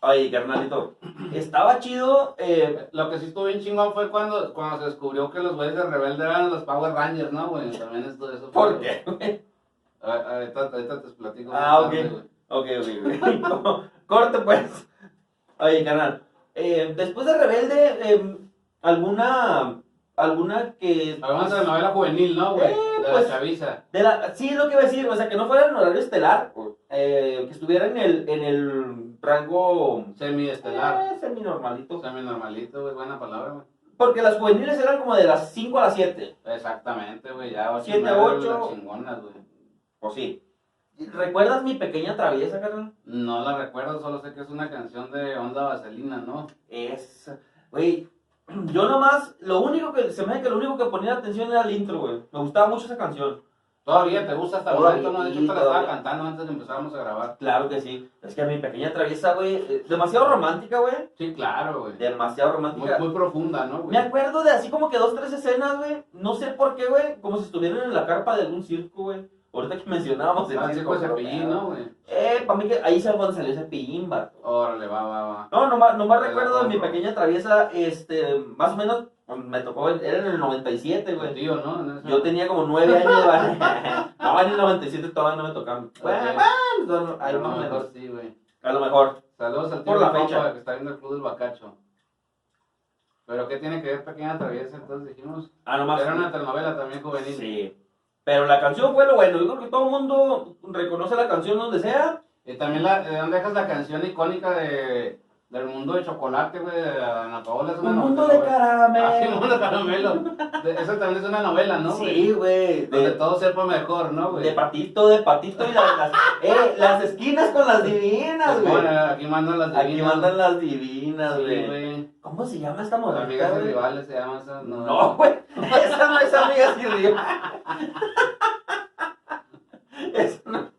Speaker 2: Oye, carnalito, estaba chido. Eh,
Speaker 3: Lo que sí estuvo bien chingón fue cuando, cuando se descubrió que los güeyes de Rebelde eran los Power Rangers, ¿no, güey? También esto, eso fue-
Speaker 2: ¿Por qué?
Speaker 3: A- a- Ahorita, ahorita te platico.
Speaker 2: Ah,
Speaker 3: más tarde,
Speaker 2: ok.
Speaker 3: güey.
Speaker 2: Ok, ok, ok. No, corte, pues. Oye, carnal. eh, después de Rebelde, eh, ¿alguna. alguna que.
Speaker 3: Hablamos de la novela juvenil, ¿no, güey?
Speaker 2: Eh,
Speaker 3: de
Speaker 2: pues.
Speaker 3: la chaviza.
Speaker 2: De la, sí, es lo que iba a decir, o sea, que no fuera en horario estelar, eh, que estuviera en el, en el rango
Speaker 3: Semi-estelar.
Speaker 2: eh, semi-normalito.
Speaker 3: Semi-normalito, güey. Buena palabra, güey.
Speaker 2: Porque las juveniles eran como de las 5 a las 7,
Speaker 3: Exactamente, güey. Ya ocho y
Speaker 2: Siete,
Speaker 3: nueve, güey,
Speaker 2: ocho.
Speaker 3: las chingonas, güey.
Speaker 2: o sí. ¿Recuerdas mi pequeña traviesa, carnal?
Speaker 3: No la recuerdo, solo sé que es una canción de Onda Vaselina, ¿no?
Speaker 2: Es, güey, yo nomás, lo único que, se me hace que lo único que ponía atención era el intro, güey. Me gustaba mucho esa canción.
Speaker 3: Todavía te gusta hasta el
Speaker 2: Todavía,
Speaker 3: momento, ¿no? De hecho,
Speaker 2: sí,
Speaker 3: te la
Speaker 2: todavía.
Speaker 3: estaba cantando antes de que empezáramos a grabar.
Speaker 2: Claro que sí. Es que mi pequeña traviesa, güey, eh, demasiado romántica, güey.
Speaker 3: Sí, claro, güey.
Speaker 2: Demasiado
Speaker 3: Muy,
Speaker 2: romántica.
Speaker 3: muy profunda, ¿no,
Speaker 2: Me
Speaker 3: güey?
Speaker 2: acuerdo de así como que dos, tres escenas, güey. No sé por qué, güey. Como si estuvieran en la carpa de algún circo, güey. Ahorita que mencionábamos el
Speaker 3: Ah, sí,
Speaker 2: circo.
Speaker 3: pues Cepillín, ¿no, güey?
Speaker 2: Eh, para mí que ahí se cuando salió ese pimba.
Speaker 3: Órale, va, va, va.
Speaker 2: No, nomás, nomás
Speaker 3: Te la
Speaker 2: recuerdo de mi
Speaker 3: compro.
Speaker 2: pequeña traviesa, este, más o menos, pues, me tocó, era en el 97,
Speaker 3: Tu
Speaker 2: güey.
Speaker 3: tío, ¿no? En ese-
Speaker 2: Yo tenía como nueve años, güey. No, en el 97 todavía no me tocaban.
Speaker 3: Ok.
Speaker 2: Bueno, pues, bueno, ahí
Speaker 3: A
Speaker 2: más
Speaker 3: lo
Speaker 2: o menos.
Speaker 3: mejor sí, güey.
Speaker 2: A lo mejor.
Speaker 3: Saludos al tío
Speaker 2: Por la
Speaker 3: Rafa,
Speaker 2: fecha.
Speaker 3: que está viendo el Club del Bacacho. Pero ¿qué tiene que ver Pequeña Traviesa? Entonces dijimos.
Speaker 2: Ah, nomás.
Speaker 3: Era una telenovela también juvenil.
Speaker 2: Sí. Pero la canción fue lo bueno. Yo creo que todo el mundo reconoce la canción donde sea.
Speaker 3: Y también la, eh, ¿dónde dejas la canción icónica de, del mundo de chocolate, güey, de Ana Paola? Es una
Speaker 2: Un
Speaker 3: novela,
Speaker 2: mundo de
Speaker 3: güey. Ah, sí,
Speaker 2: caramelo.
Speaker 3: un mundo de caramelo. De- Esa también es una novela, ¿no, güey?
Speaker 2: Sí, güey.
Speaker 3: Donde
Speaker 2: De,
Speaker 3: todo sepa mejor, ¿no, güey?
Speaker 2: de patito, de patito y las, las- eh, las esquinas con las divinas,
Speaker 3: Bueno,
Speaker 2: güey.
Speaker 3: aquí mandan las
Speaker 2: Aquí
Speaker 3: divinas,
Speaker 2: mandan las
Speaker 3: ¿no?
Speaker 2: divinas,
Speaker 3: Sí,
Speaker 2: güey.
Speaker 3: güey.
Speaker 2: ¿Cómo se llama esta
Speaker 3: Las
Speaker 2: morrita,
Speaker 3: amigas y
Speaker 2: güey?
Speaker 3: rivales se llaman esas. No,
Speaker 2: No, güey. Esa no es amigas y rivales. Esa no.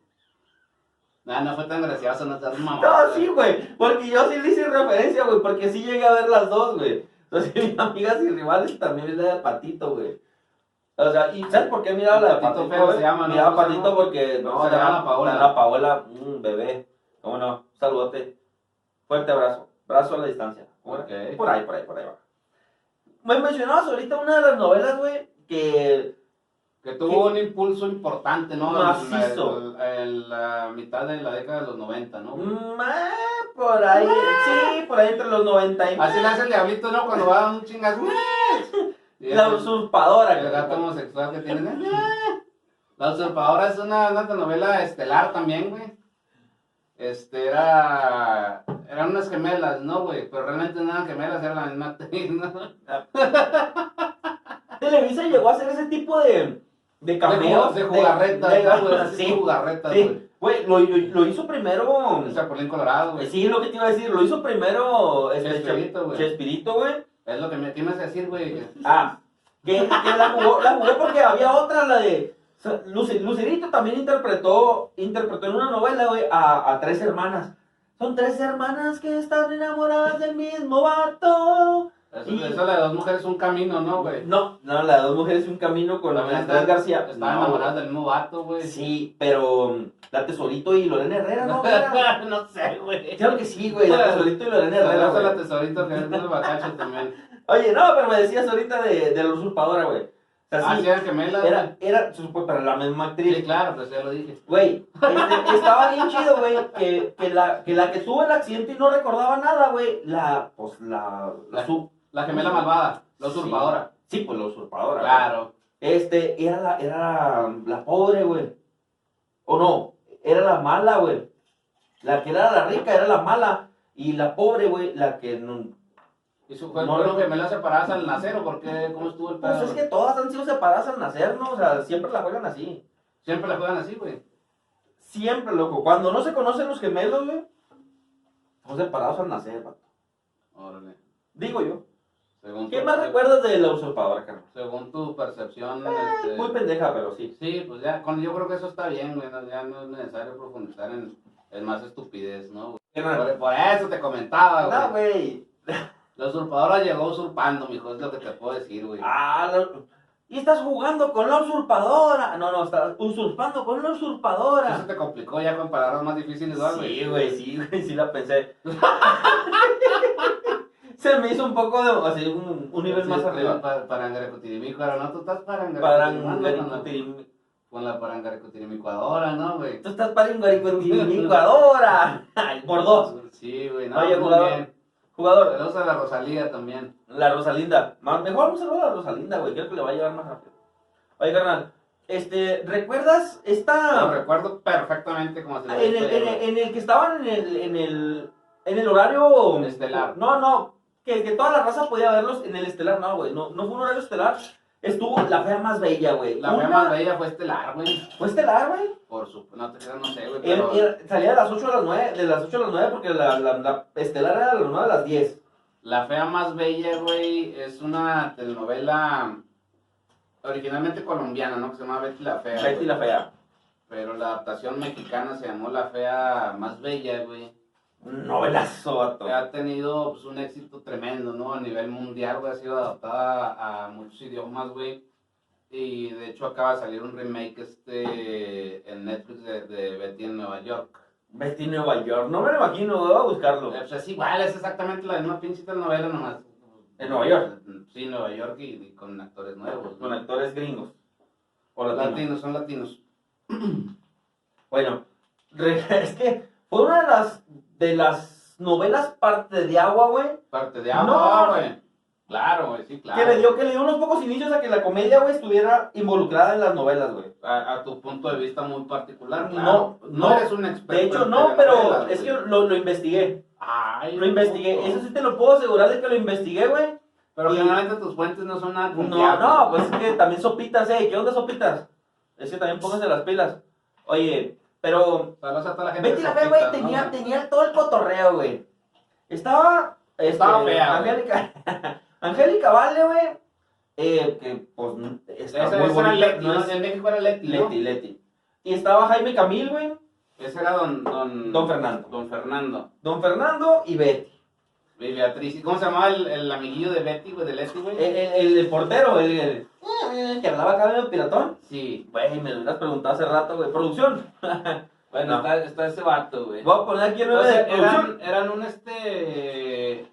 Speaker 3: Nah, no fue tan gracioso, no estás mamón.
Speaker 2: No, sí, güey. Porque yo sí le hice referencia, güey. Porque sí llegué a ver las dos, güey. Entonces, amigas y rivales también es la de Patito, güey. O sea, ¿y sabes por qué miraba la de
Speaker 3: Patito
Speaker 2: Patito?
Speaker 3: Feo
Speaker 2: güey?
Speaker 3: se llama, ¿no?
Speaker 2: Miraba
Speaker 3: ¿Cómo se
Speaker 2: Patito
Speaker 3: llama?
Speaker 2: porque. No,
Speaker 3: Se llama la Paola.
Speaker 2: La Paola, un bebé. ¿Cómo no? Un saludote. Fuerte abrazo. Brazo a la distancia. ¿Cómo era?
Speaker 3: Ok.
Speaker 2: Por ahí, por ahí, por ahí va. Me mencionabas ahorita una de las novelas, güey, que
Speaker 3: Que tuvo un impulso importante, ¿no?
Speaker 2: Macizo.
Speaker 3: En la- en la mitad de la década de los 90, ¿no? güey?
Speaker 2: Mm, ah, por ahí, sí, por ahí entre los 90 y
Speaker 3: Ah. Así le hace el diablito, ¿no? Cuando va a un chingazo. Y
Speaker 2: la
Speaker 3: el-
Speaker 2: usurpadora.
Speaker 3: El gato
Speaker 2: cabrón.
Speaker 3: homosexual que tiene. La usurpadora es una, una telenovela estelar también, güey. Este, era... Eran unas gemelas, ¿no, güey? Pero realmente no eran gemelas, era la misma actriz, ¿no?
Speaker 2: Televisa llegó a hacer ese tipo de, de cameos.
Speaker 3: de, ju- de jugarretas,
Speaker 2: de-
Speaker 3: ¿no, güey? Sí,
Speaker 2: sí,
Speaker 3: jugarretas, güey.
Speaker 2: sí. Güey, lo, lo- lo hizo primero.
Speaker 3: Un Chapulín Colorado, güey.
Speaker 2: Sí, lo que te iba a decir, lo hizo primero. este,
Speaker 3: Chespirito, güey.
Speaker 2: Chespirito, güey.
Speaker 3: Es lo que me tienes que decir, güey. que-
Speaker 2: Ah, que, que la, jugó, la jugó porque había otra, la de. o sea, Luci- Lucerito también interpretó, interpretó en una novela, güey, a, a tres hermanas. Son tres hermanas que están enamoradas del mismo vato.
Speaker 3: Eso,
Speaker 2: Y-
Speaker 3: eso de las dos mujeres es un camino, ¿no, güey?
Speaker 2: No, no, la de dos mujeres y un camino con
Speaker 3: También
Speaker 2: Andrés García.
Speaker 3: Estaba
Speaker 2: No,
Speaker 3: enamorada del mismo vato, güey.
Speaker 2: Pues Sí, pero um, la Tesorito y Lorena Herrera, ¿no? Era-
Speaker 3: no sé, güey.
Speaker 2: Claro que sí, güey, la Tesorito y Lorena Herrera.
Speaker 3: Saludos a la
Speaker 2: güey.
Speaker 3: tesorito que es del bacacho también.
Speaker 2: Oye, no, pero me decías ahorita de, de la usurpadora, güey. O sea,
Speaker 3: Ah,
Speaker 2: sí,
Speaker 3: sí, eran gemelas.
Speaker 2: era, era, se supone, para la misma
Speaker 3: güey.
Speaker 2: actriz.
Speaker 3: Sí, claro, pues ya lo dije.
Speaker 2: Güey, este, estaba bien chido, güey, que, que, la, que la que tuvo el accidente y no recordaba nada, güey, la, pues, la, la, su-
Speaker 3: La gemela malvada, la
Speaker 2: Sí.
Speaker 3: usurpadora.
Speaker 2: Sí, pues la usurpadora. güey.
Speaker 3: Claro.
Speaker 2: Este, era la, era la, la pobre, güey. O no, era la mala, güey. La que era la rica era la mala. Y la pobre, güey, la que no.
Speaker 3: Y su cuerpo
Speaker 2: No,
Speaker 3: fueron
Speaker 2: no.
Speaker 3: gemelas separadas al nacer, ¿o por qué? ¿Cómo estuvo el pedo?
Speaker 2: Pues es que
Speaker 3: güey?
Speaker 2: todas han sido separadas al nacer, ¿no? O sea, siempre la juegan así.
Speaker 3: Siempre la juegan así, güey.
Speaker 2: Siempre, loco. Cuando no se conocen los gemelos, güey, son separados al nacer, güey.
Speaker 3: Órale.
Speaker 2: Digo yo.
Speaker 3: Según
Speaker 2: ¿Qué
Speaker 3: tu-
Speaker 2: más recuerdas de la usurpadora, Carlos?
Speaker 3: Según tu percepción, este,
Speaker 2: Muy pendeja, pero sí.
Speaker 3: Sí, pues ya, con, yo creo que eso está bien, güey. no- ya no es necesario profundizar en, en más estupidez, ¿no? güey? Por, por eso te comentaba, güey.
Speaker 2: Ah. No, Ah, güey.
Speaker 3: La usurpadora llegó usurpando, mijo, es lo que te puedo decir, güey.
Speaker 2: Ah, la- Y estás jugando con la usurpadora. No, no, estás usurpando con la usurpadora.
Speaker 3: Eso te complicó ya con palabras más difíciles, ¿verdad, güey?
Speaker 2: Sí, güey, sí, güey, sí la pensé. Se me hizo un poco de, así, un, un nivel
Speaker 3: Sí,
Speaker 2: más
Speaker 3: sí,
Speaker 2: arriba.
Speaker 3: pa- Parangarecotirimicuara, ¿no? Tú estás
Speaker 2: Para
Speaker 3: parangarecotirimicuara con la- con la parangarecotirimicuadora, ¿no, güey?
Speaker 2: Tú estás para un licuadora. Ay, Por dos.
Speaker 3: Sí, güey, no,
Speaker 2: Oye,
Speaker 3: muy
Speaker 2: jugador.
Speaker 3: bien.
Speaker 2: Jugador,
Speaker 3: Saludos a la Rosalía también.
Speaker 2: la Rosalinda. Más, mejor un saludo a la Rosalinda, güey. Creo que le va a llevar más rápido. Oye, carnal, este, ¿recuerdas
Speaker 3: Lo
Speaker 2: esta.
Speaker 3: recuerdo perfectamente como se lo
Speaker 2: Ah, En Ah. el,
Speaker 3: dije,
Speaker 2: en,
Speaker 3: güey.
Speaker 2: el, en el que estaban en el, en el. En el horario.
Speaker 3: Estelar.
Speaker 2: No, no. Que, que toda la raza podía verlos en el estelar, no, güey. No, no fue un horario estelar. Estuvo la fea más bella, güey.
Speaker 3: La fea
Speaker 2: Una-
Speaker 3: más bella fue Estelar, güey.
Speaker 2: Fue estelar, güey.
Speaker 3: Por supuesto, no te creas, no sé, güey,
Speaker 2: Era-
Speaker 3: pero...
Speaker 2: era- salía de las 8 a las 9, de las 8 a las 9 porque la, la, la estelar era de las 9 a las 10.
Speaker 3: La fea más bella, güey, es una telenovela originalmente colombiana, ¿no? Que se llama Betty la Fea.
Speaker 2: Betty
Speaker 3: güey.
Speaker 2: la fea.
Speaker 3: Pero la adaptación mexicana se llamó La Fea Más Bella, güey.
Speaker 2: Novelazo, vato.
Speaker 3: que ha tenido pues, un éxito tremendo, ¿no? A nivel mundial, güey, ha sido adaptada a muchos idiomas, güey. Y de hecho acaba de salir un remake este en Netflix de, de Betty en Nueva York.
Speaker 2: Betty Nueva York. No me lo imagino, voy a buscarlo.
Speaker 3: Eh, Pues es igual, es exactamente la misma pinche novela nomás.
Speaker 2: ¿En Nueva York?
Speaker 3: Sí, Nueva York y, y con actores nuevos.
Speaker 2: Con
Speaker 3: ¿no?
Speaker 2: actores gringos. O
Speaker 3: Latinos.
Speaker 2: latinos.
Speaker 3: son latinos.
Speaker 2: Bueno, re- es que fue una de las, de las novelas parte de agua, güey.
Speaker 3: Parte de
Speaker 2: No,
Speaker 3: agua, güey. Claro, güey, sí, claro.
Speaker 2: Que le dio, que le dio unos pocos inicios a que la comedia, güey, estuviera involucrada en las novelas, güey.
Speaker 3: A, a tu punto de vista muy
Speaker 2: No,
Speaker 3: particular, claro.
Speaker 2: no.
Speaker 3: eres un experto.
Speaker 2: De hecho,
Speaker 3: en
Speaker 2: no, pero
Speaker 3: telenovelas,
Speaker 2: es que
Speaker 3: güey.
Speaker 2: lo, lo investigué.
Speaker 3: Ay,
Speaker 2: Lo investigué.
Speaker 3: puto.
Speaker 2: Eso sí te lo puedo asegurar de que lo investigué, güey.
Speaker 3: Pero
Speaker 2: Y-
Speaker 3: generalmente tus fuentes no son nada
Speaker 2: No,
Speaker 3: confiables.
Speaker 2: no, pues es que también sopitas, eh. ¿Qué onda sopitas? Es que también pónganse las pilas. Oye, pero.
Speaker 3: Saludos a toda la gente.
Speaker 2: Betty la
Speaker 3: sopita,
Speaker 2: fea, güey,
Speaker 3: ¿no?
Speaker 2: tenía, tenía todo el cotorreo, güey. Estaba. este,
Speaker 3: Estaba fea, güey.
Speaker 2: Angélica. Angélica Vale, güey. Eh, que pues está
Speaker 3: Ese,
Speaker 2: muy
Speaker 3: ese era
Speaker 2: bonita,
Speaker 3: Leti,
Speaker 2: no
Speaker 3: ¿no?
Speaker 2: es-
Speaker 3: En México era Leti, ¿no?
Speaker 2: Leti, Leti. Y estaba Jaime Camil, güey,
Speaker 3: Ese era don, don...
Speaker 2: Don Fernando.
Speaker 3: Don Fernando.
Speaker 2: Don Fernando y Betty.
Speaker 3: Y Beatriz. ¿Y cómo se llamaba el, el amiguillo de Betty, güey? De Leti,
Speaker 2: El,
Speaker 3: güey.
Speaker 2: el- el portero, el, el- el que hablaba acá medio piratón.
Speaker 3: Sí.
Speaker 2: Güey, me lo hubieras preguntado hace rato, güey. Producción.
Speaker 3: Bueno,
Speaker 2: No.
Speaker 3: está, está ese vato, güey.
Speaker 2: Voy a poner aquí el
Speaker 3: O
Speaker 2: nombre de
Speaker 3: sea,
Speaker 2: producción.
Speaker 3: eran, eran un este...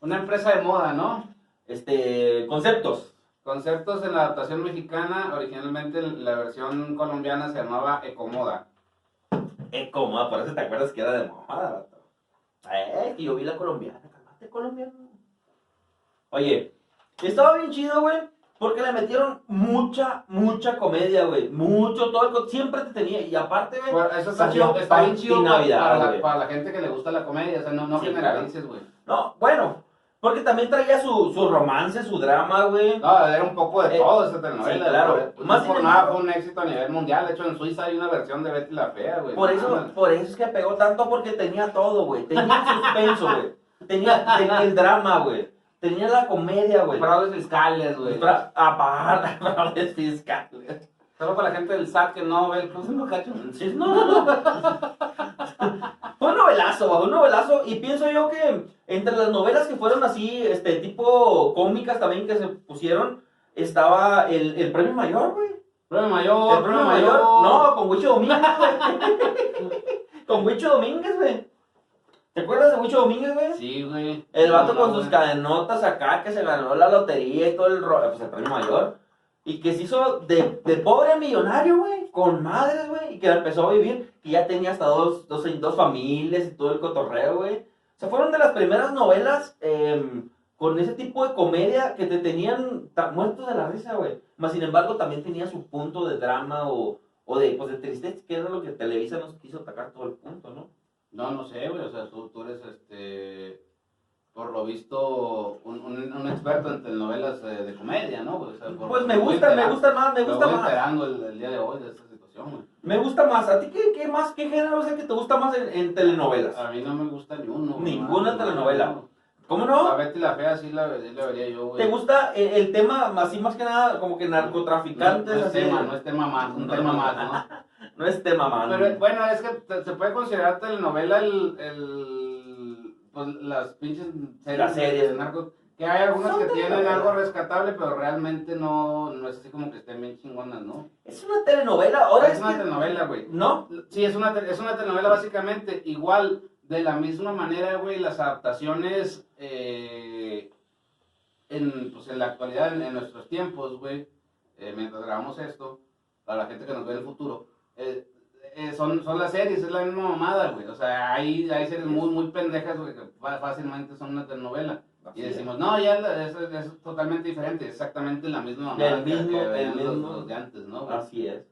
Speaker 3: Una empresa de moda, ¿no?
Speaker 2: Este, conceptos.
Speaker 3: Conceptos en la adaptación mexicana, originalmente la versión colombiana se llamaba Ecomoda.
Speaker 2: Es cómoda, por eso te acuerdas que era de mamada, vato. Eh, que yo vi la colombiana. Cálmate, colombiana. Oye, estaba bien chido, güey. Porque le metieron mucha, mucha comedia, güey. Mucho, todo el... co- Siempre te tenía. Y aparte, güey...
Speaker 3: Bueno, eso está
Speaker 2: Salió
Speaker 3: chido, está bien
Speaker 2: Panty
Speaker 3: chido pues, para,
Speaker 2: Navidad,
Speaker 3: para la,
Speaker 2: güey.
Speaker 3: para la gente que le gusta la comedia, o sea, no, no
Speaker 2: Sí,
Speaker 3: generalices, güey.
Speaker 2: No, bueno, porque también traía su, su romance, su drama, güey.
Speaker 3: No, era un poco de
Speaker 2: Eh,
Speaker 3: todo esa telenovela.
Speaker 2: sí, claro.
Speaker 3: güey.
Speaker 2: Más
Speaker 3: No por
Speaker 2: sin
Speaker 3: nada
Speaker 2: embargo-
Speaker 3: fue un éxito a nivel mundial, de hecho en Suiza hay una versión de Betty la Fea, güey.
Speaker 2: Por
Speaker 3: No
Speaker 2: eso,
Speaker 3: mames.
Speaker 2: por eso es que pegó tanto, porque tenía todo, güey. Tenía el suspenso, güey. Tenía, tenía el drama, güey. Tenía la comedia, güey.
Speaker 3: Fraudes fiscales, güey.
Speaker 2: Fra- Aparte, fraudes fiscales.
Speaker 3: Solo para la gente del SAT que no ve el club de Mocacho.
Speaker 2: Mm, Sí, No, no, no. Fue un novelazo, güey, un novelazo. Y pienso yo que entre las novelas que fueron así, este tipo cómicas también que se pusieron, estaba el, el premio mayor, güey.
Speaker 3: Premio
Speaker 2: ¿El
Speaker 3: mayor,
Speaker 2: premio mayor? No, con Huicho Domínguez, güey. con Huicho Domínguez, güey. ¿Te acuerdas de Huicho Domínguez, güey?
Speaker 3: Sí, güey.
Speaker 2: El vato
Speaker 3: No,
Speaker 2: con
Speaker 3: no,
Speaker 2: sus
Speaker 3: güey.
Speaker 2: cadenotas acá, que se ganó la lotería y todo el rollo, pues el premio mayor. Y que se hizo de, de pobre a millonario, güey, con madres, güey. Y que la empezó a vivir, que ya tenía hasta dos, dos, dos familias y todo el cotorreo, güey. O sea, fueron de las primeras novelas em, con ese tipo de comedia que te tenían ta- muertos de la risa, güey. Mas sin embargo, también tenía su punto de drama o, o de, pues, de tristeza, que era lo que Televisa nos quiso atacar todo el punto, ¿no?
Speaker 3: No, no sé, güey. O sea, tú, tú eres, este, por lo visto, un, un, un experto en telenovelas eh, de comedia, ¿no? O sea, por-
Speaker 2: Pues me
Speaker 3: voy
Speaker 2: gusta, me
Speaker 3: enterando-
Speaker 2: gusta más, me gusta
Speaker 3: voy
Speaker 2: más.
Speaker 3: enterando el, el día de hoy de esta situación, güey.
Speaker 2: Me gusta más. ¿A ti qué, qué más, qué género es el que te gusta más en, en telenovelas?
Speaker 3: A mí no me gusta ni uno. güey,
Speaker 2: Ninguna
Speaker 3: no, no,
Speaker 2: telenovela.
Speaker 3: no.
Speaker 2: ¿Cómo
Speaker 3: A
Speaker 2: no?
Speaker 3: Betty la Fea sí la, sí la vería yo, güey.
Speaker 2: ¿Te gusta el, el tema, así más que nada, como que narcotraficantes?
Speaker 3: No, no es
Speaker 2: así?
Speaker 3: tema, no es tema más, un
Speaker 2: No,
Speaker 3: tema
Speaker 2: no.
Speaker 3: más, ¿no?
Speaker 2: No es tema, mano.
Speaker 3: Pero eh, bueno, es que te- se puede considerar telenovela el, el pues, las pinches series,
Speaker 2: Las series.
Speaker 3: de narcos. Que hay algunas
Speaker 2: Son
Speaker 3: que tienen
Speaker 2: telenovelas.
Speaker 3: algo rescatable, pero realmente no, no es así como que estén bien chingonas, ¿no?
Speaker 2: Es una telenovela, ahora
Speaker 3: es
Speaker 2: es
Speaker 3: una
Speaker 2: que...
Speaker 3: telenovela, güey.
Speaker 2: ¿No?
Speaker 3: Sí, es una, te- es una telenovela básicamente. Igual, de la misma manera, güey, las adaptaciones eh, en, pues, en la actualidad, en, en nuestros tiempos, güey, eh, mientras grabamos esto, para la gente que nos ve en el futuro, eh, eh, son, son las series, es la misma mamada, güey. O sea, hay, hay series muy, muy pendejas, güey, que fa- fácilmente son una telenovela. Y decimos, no, ya la- es, es totalmente diferente, es exactamente la misma mamada
Speaker 2: Del
Speaker 3: que-
Speaker 2: mismo-
Speaker 3: que
Speaker 2: del
Speaker 3: veían los,
Speaker 2: mismo.
Speaker 3: los de antes, ¿no? güey?
Speaker 2: Así es.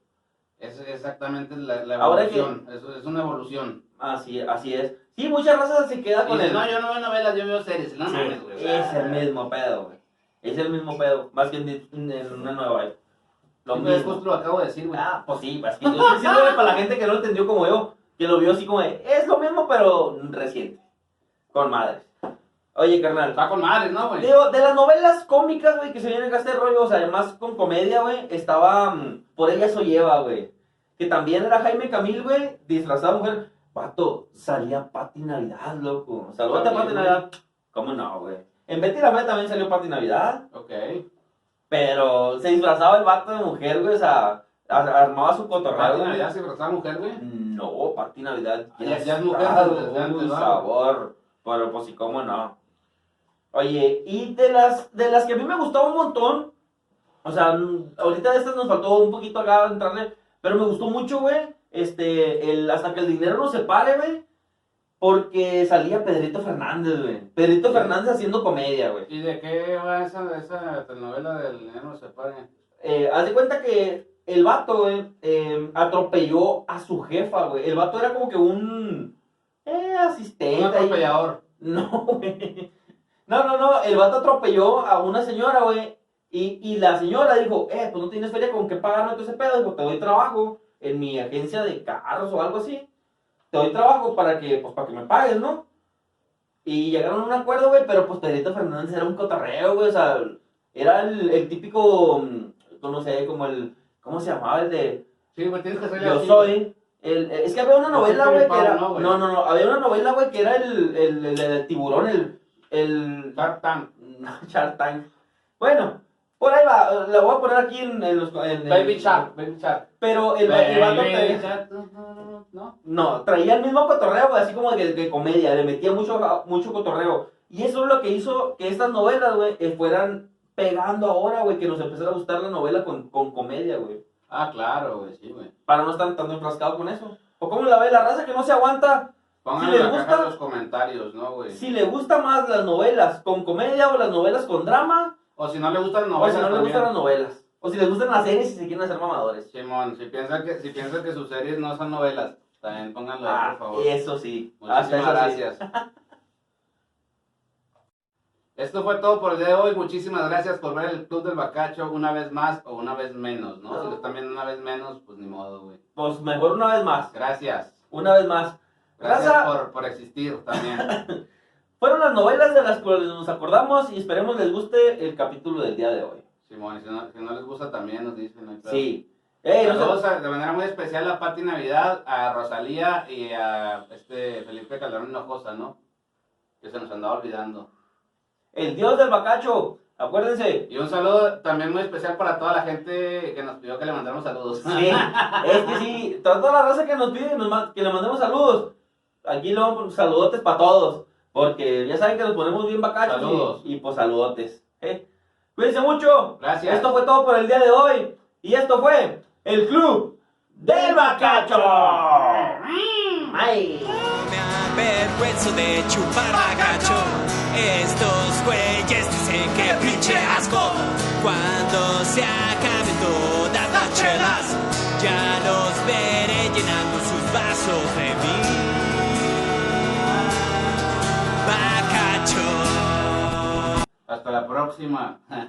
Speaker 3: Es exactamente la, la
Speaker 2: Ahora
Speaker 3: evolución. Es, es una evolución.
Speaker 2: Así, así es. Sí, muchas razas se queda con
Speaker 3: Dices,
Speaker 2: el...
Speaker 3: no, yo no veo novelas, yo veo series. No mames, güey. Ah,
Speaker 2: es el mismo pedo, güey. Es el mismo pedo, más que en, en una nueva. eh. Lo
Speaker 3: Sí, pues,
Speaker 2: mismo.
Speaker 3: justo lo acabo de decir, güey.
Speaker 2: Ah, pues sí, es que yo estoy diciéndole para la gente que no lo entendió como yo, que lo vio así como de, es lo mismo pero reciente, con madres. Oye, carnal,
Speaker 3: Está con madres, ¿no, güey?
Speaker 2: Digo, de las novelas cómicas, güey, que se vienen acá este rollo, o sea, además con comedia, güey, estaba mm, Por ella eso lleva, güey. Que también era Jaime Camil, güey, disfrazada de mujer. Pato, salía Pati Navidad, loco. Saludate a Pati
Speaker 3: También,
Speaker 2: Navidad. ¿Cómo no, güey? En Betty la Fea también salió Pati Navidad,
Speaker 3: Ok.
Speaker 2: pero se disfrazaba el vato de mujer, güey, o sea, a- armaba su cotorreo.
Speaker 3: Pati
Speaker 2: güey.
Speaker 3: Navidad se disfrazaba de mujer, güey.
Speaker 2: No, Pati Navidad
Speaker 3: Ah, Ya- ya es mujer
Speaker 2: está,
Speaker 3: desde
Speaker 2: güey,
Speaker 3: antes,
Speaker 2: un
Speaker 3: ¿va?
Speaker 2: sabor. Pero pues sí, cómo no. Oye, y de las, de las que a mí me gustaba un montón, o sea, mm, ahorita de estas nos faltó un poquito acá entrarle, pero me gustó mucho, güey, este, el hasta que el dinero no se pare, güey, porque salía Pedrito Fernández, güey. Pedrito Fernández haciendo comedia, güey.
Speaker 3: ¿Y de qué va esa, esa telenovela del Neno no se pare?
Speaker 2: Eh, haz de cuenta que el vato, güey, eh, atropelló a su jefa, güey. El vato era como que un eh,
Speaker 3: Un
Speaker 2: asistente. ahí.
Speaker 3: atropellador.
Speaker 2: No, güey. No, no, no. El vato atropelló a una señora, güey. Y, y la señora dijo, eh, pues no tienes feria con qué pagarme todo ese pedo. Dijo, te doy trabajo en mi agencia de carros o algo así. Te doy trabajo para que, pues, para que me pagues, ¿no? Y llegaron a un acuerdo, güey, pero pues Pedrito Fernández era un cotarreo, güey. O sea, era el, el típico, mm, no sé, como el, ¿cómo se llamaba? El de,
Speaker 3: Sí, güey, tienes que salir
Speaker 2: yo
Speaker 3: así, güey.
Speaker 2: soy. El, eh, es que había una
Speaker 3: Yo
Speaker 2: novela,
Speaker 3: soy
Speaker 2: güey, que
Speaker 3: Pablo,
Speaker 2: era.
Speaker 3: ¿no,
Speaker 2: No,
Speaker 3: güey?
Speaker 2: no, no. Había una novela, güey, que era el, el, el- el tiburón, el. El.
Speaker 3: Shark Tank.
Speaker 2: Shark Tank. Bueno, por ahí va. La voy a poner aquí en, en los. en- en-
Speaker 3: Baby Shark, Baby Shark.
Speaker 2: Pero el, el vato
Speaker 3: Baby
Speaker 2: traía-
Speaker 3: Shark. no, no, no, no.
Speaker 2: No, traía el mismo cotorreo, güey, así como de, de comedia. Le metía mucho, mucho cotorreo. Y eso es lo que hizo que estas novelas, güey, eh, fueran pegando ahora, güey, que nos empezara a gustar la novela con, con comedia, güey.
Speaker 3: Ah, claro, güey, sí, güey.
Speaker 2: para no estar tan enfrascado con eso. ¿O cómo la ve la raza que no se aguanta?
Speaker 3: Pónganlo
Speaker 2: les
Speaker 3: en la caja
Speaker 2: gusta-
Speaker 3: de los comentarios, ¿no, güey?
Speaker 2: Si le gusta más las novelas con comedia o las novelas con drama,
Speaker 3: O si no le gustan
Speaker 2: o
Speaker 3: novelas
Speaker 2: si no le
Speaker 3: también.
Speaker 2: gustan las novelas. O si les gustan las series y se quieren hacer mamadores.
Speaker 3: Simón, si piensa que, si piensa que sus series no son novelas, también pónganlo ahí,
Speaker 2: Ah,
Speaker 3: por favor.
Speaker 2: eso sí.
Speaker 3: Muchísimas
Speaker 2: Hasta eso sí.
Speaker 3: gracias. Esto fue todo por el día de hoy. Muchísimas gracias por ver el Club del Bacacho una vez más o una vez menos, ¿no? Si lo están viendo una vez menos, pues ni modo, güey.
Speaker 2: Pues mejor una vez más.
Speaker 3: Gracias.
Speaker 2: Una vez más.
Speaker 3: Gracias
Speaker 2: Raza.
Speaker 3: por, por existir también.
Speaker 2: Fueron las novelas de las cuales nos acordamos y esperemos les guste el capítulo del día de hoy.
Speaker 3: Simón, si no, si no les gusta también nos dicen. no hay pedo.
Speaker 2: Sí. Ey, no se-
Speaker 3: Saludos a- de manera muy especial a Pati Navidad, a Rosalía y a este Felipe Calderón Hinojosa, ¿no? Que se nos andaba olvidando.
Speaker 2: El dios del bacacho. Acuérdense.
Speaker 3: Y un saludo también muy especial para toda la gente que nos pidió que le mandáramos saludos.
Speaker 2: Sí, es que sí, toda toda la raza que nos pide que, nos ma- que le mandemos saludos. Aquí le vamos a poner saludotes para todos. Porque ya saben que nos ponemos bien bacachos. y-
Speaker 3: Saludos.
Speaker 2: Y, pues saludotes. ¿eh? Cuídense mucho.
Speaker 3: Gracias.
Speaker 2: Esto fue todo por el día de hoy. Y esto fue el Club del Bacacho. Ay.
Speaker 1: Me avergüenzo de chupar bacacho. Estos güeyes pinche asco. Cuando se acaben todas las chelas, ya los veré llenando sus vasos de mí. Bacacho.
Speaker 3: Hasta la próxima.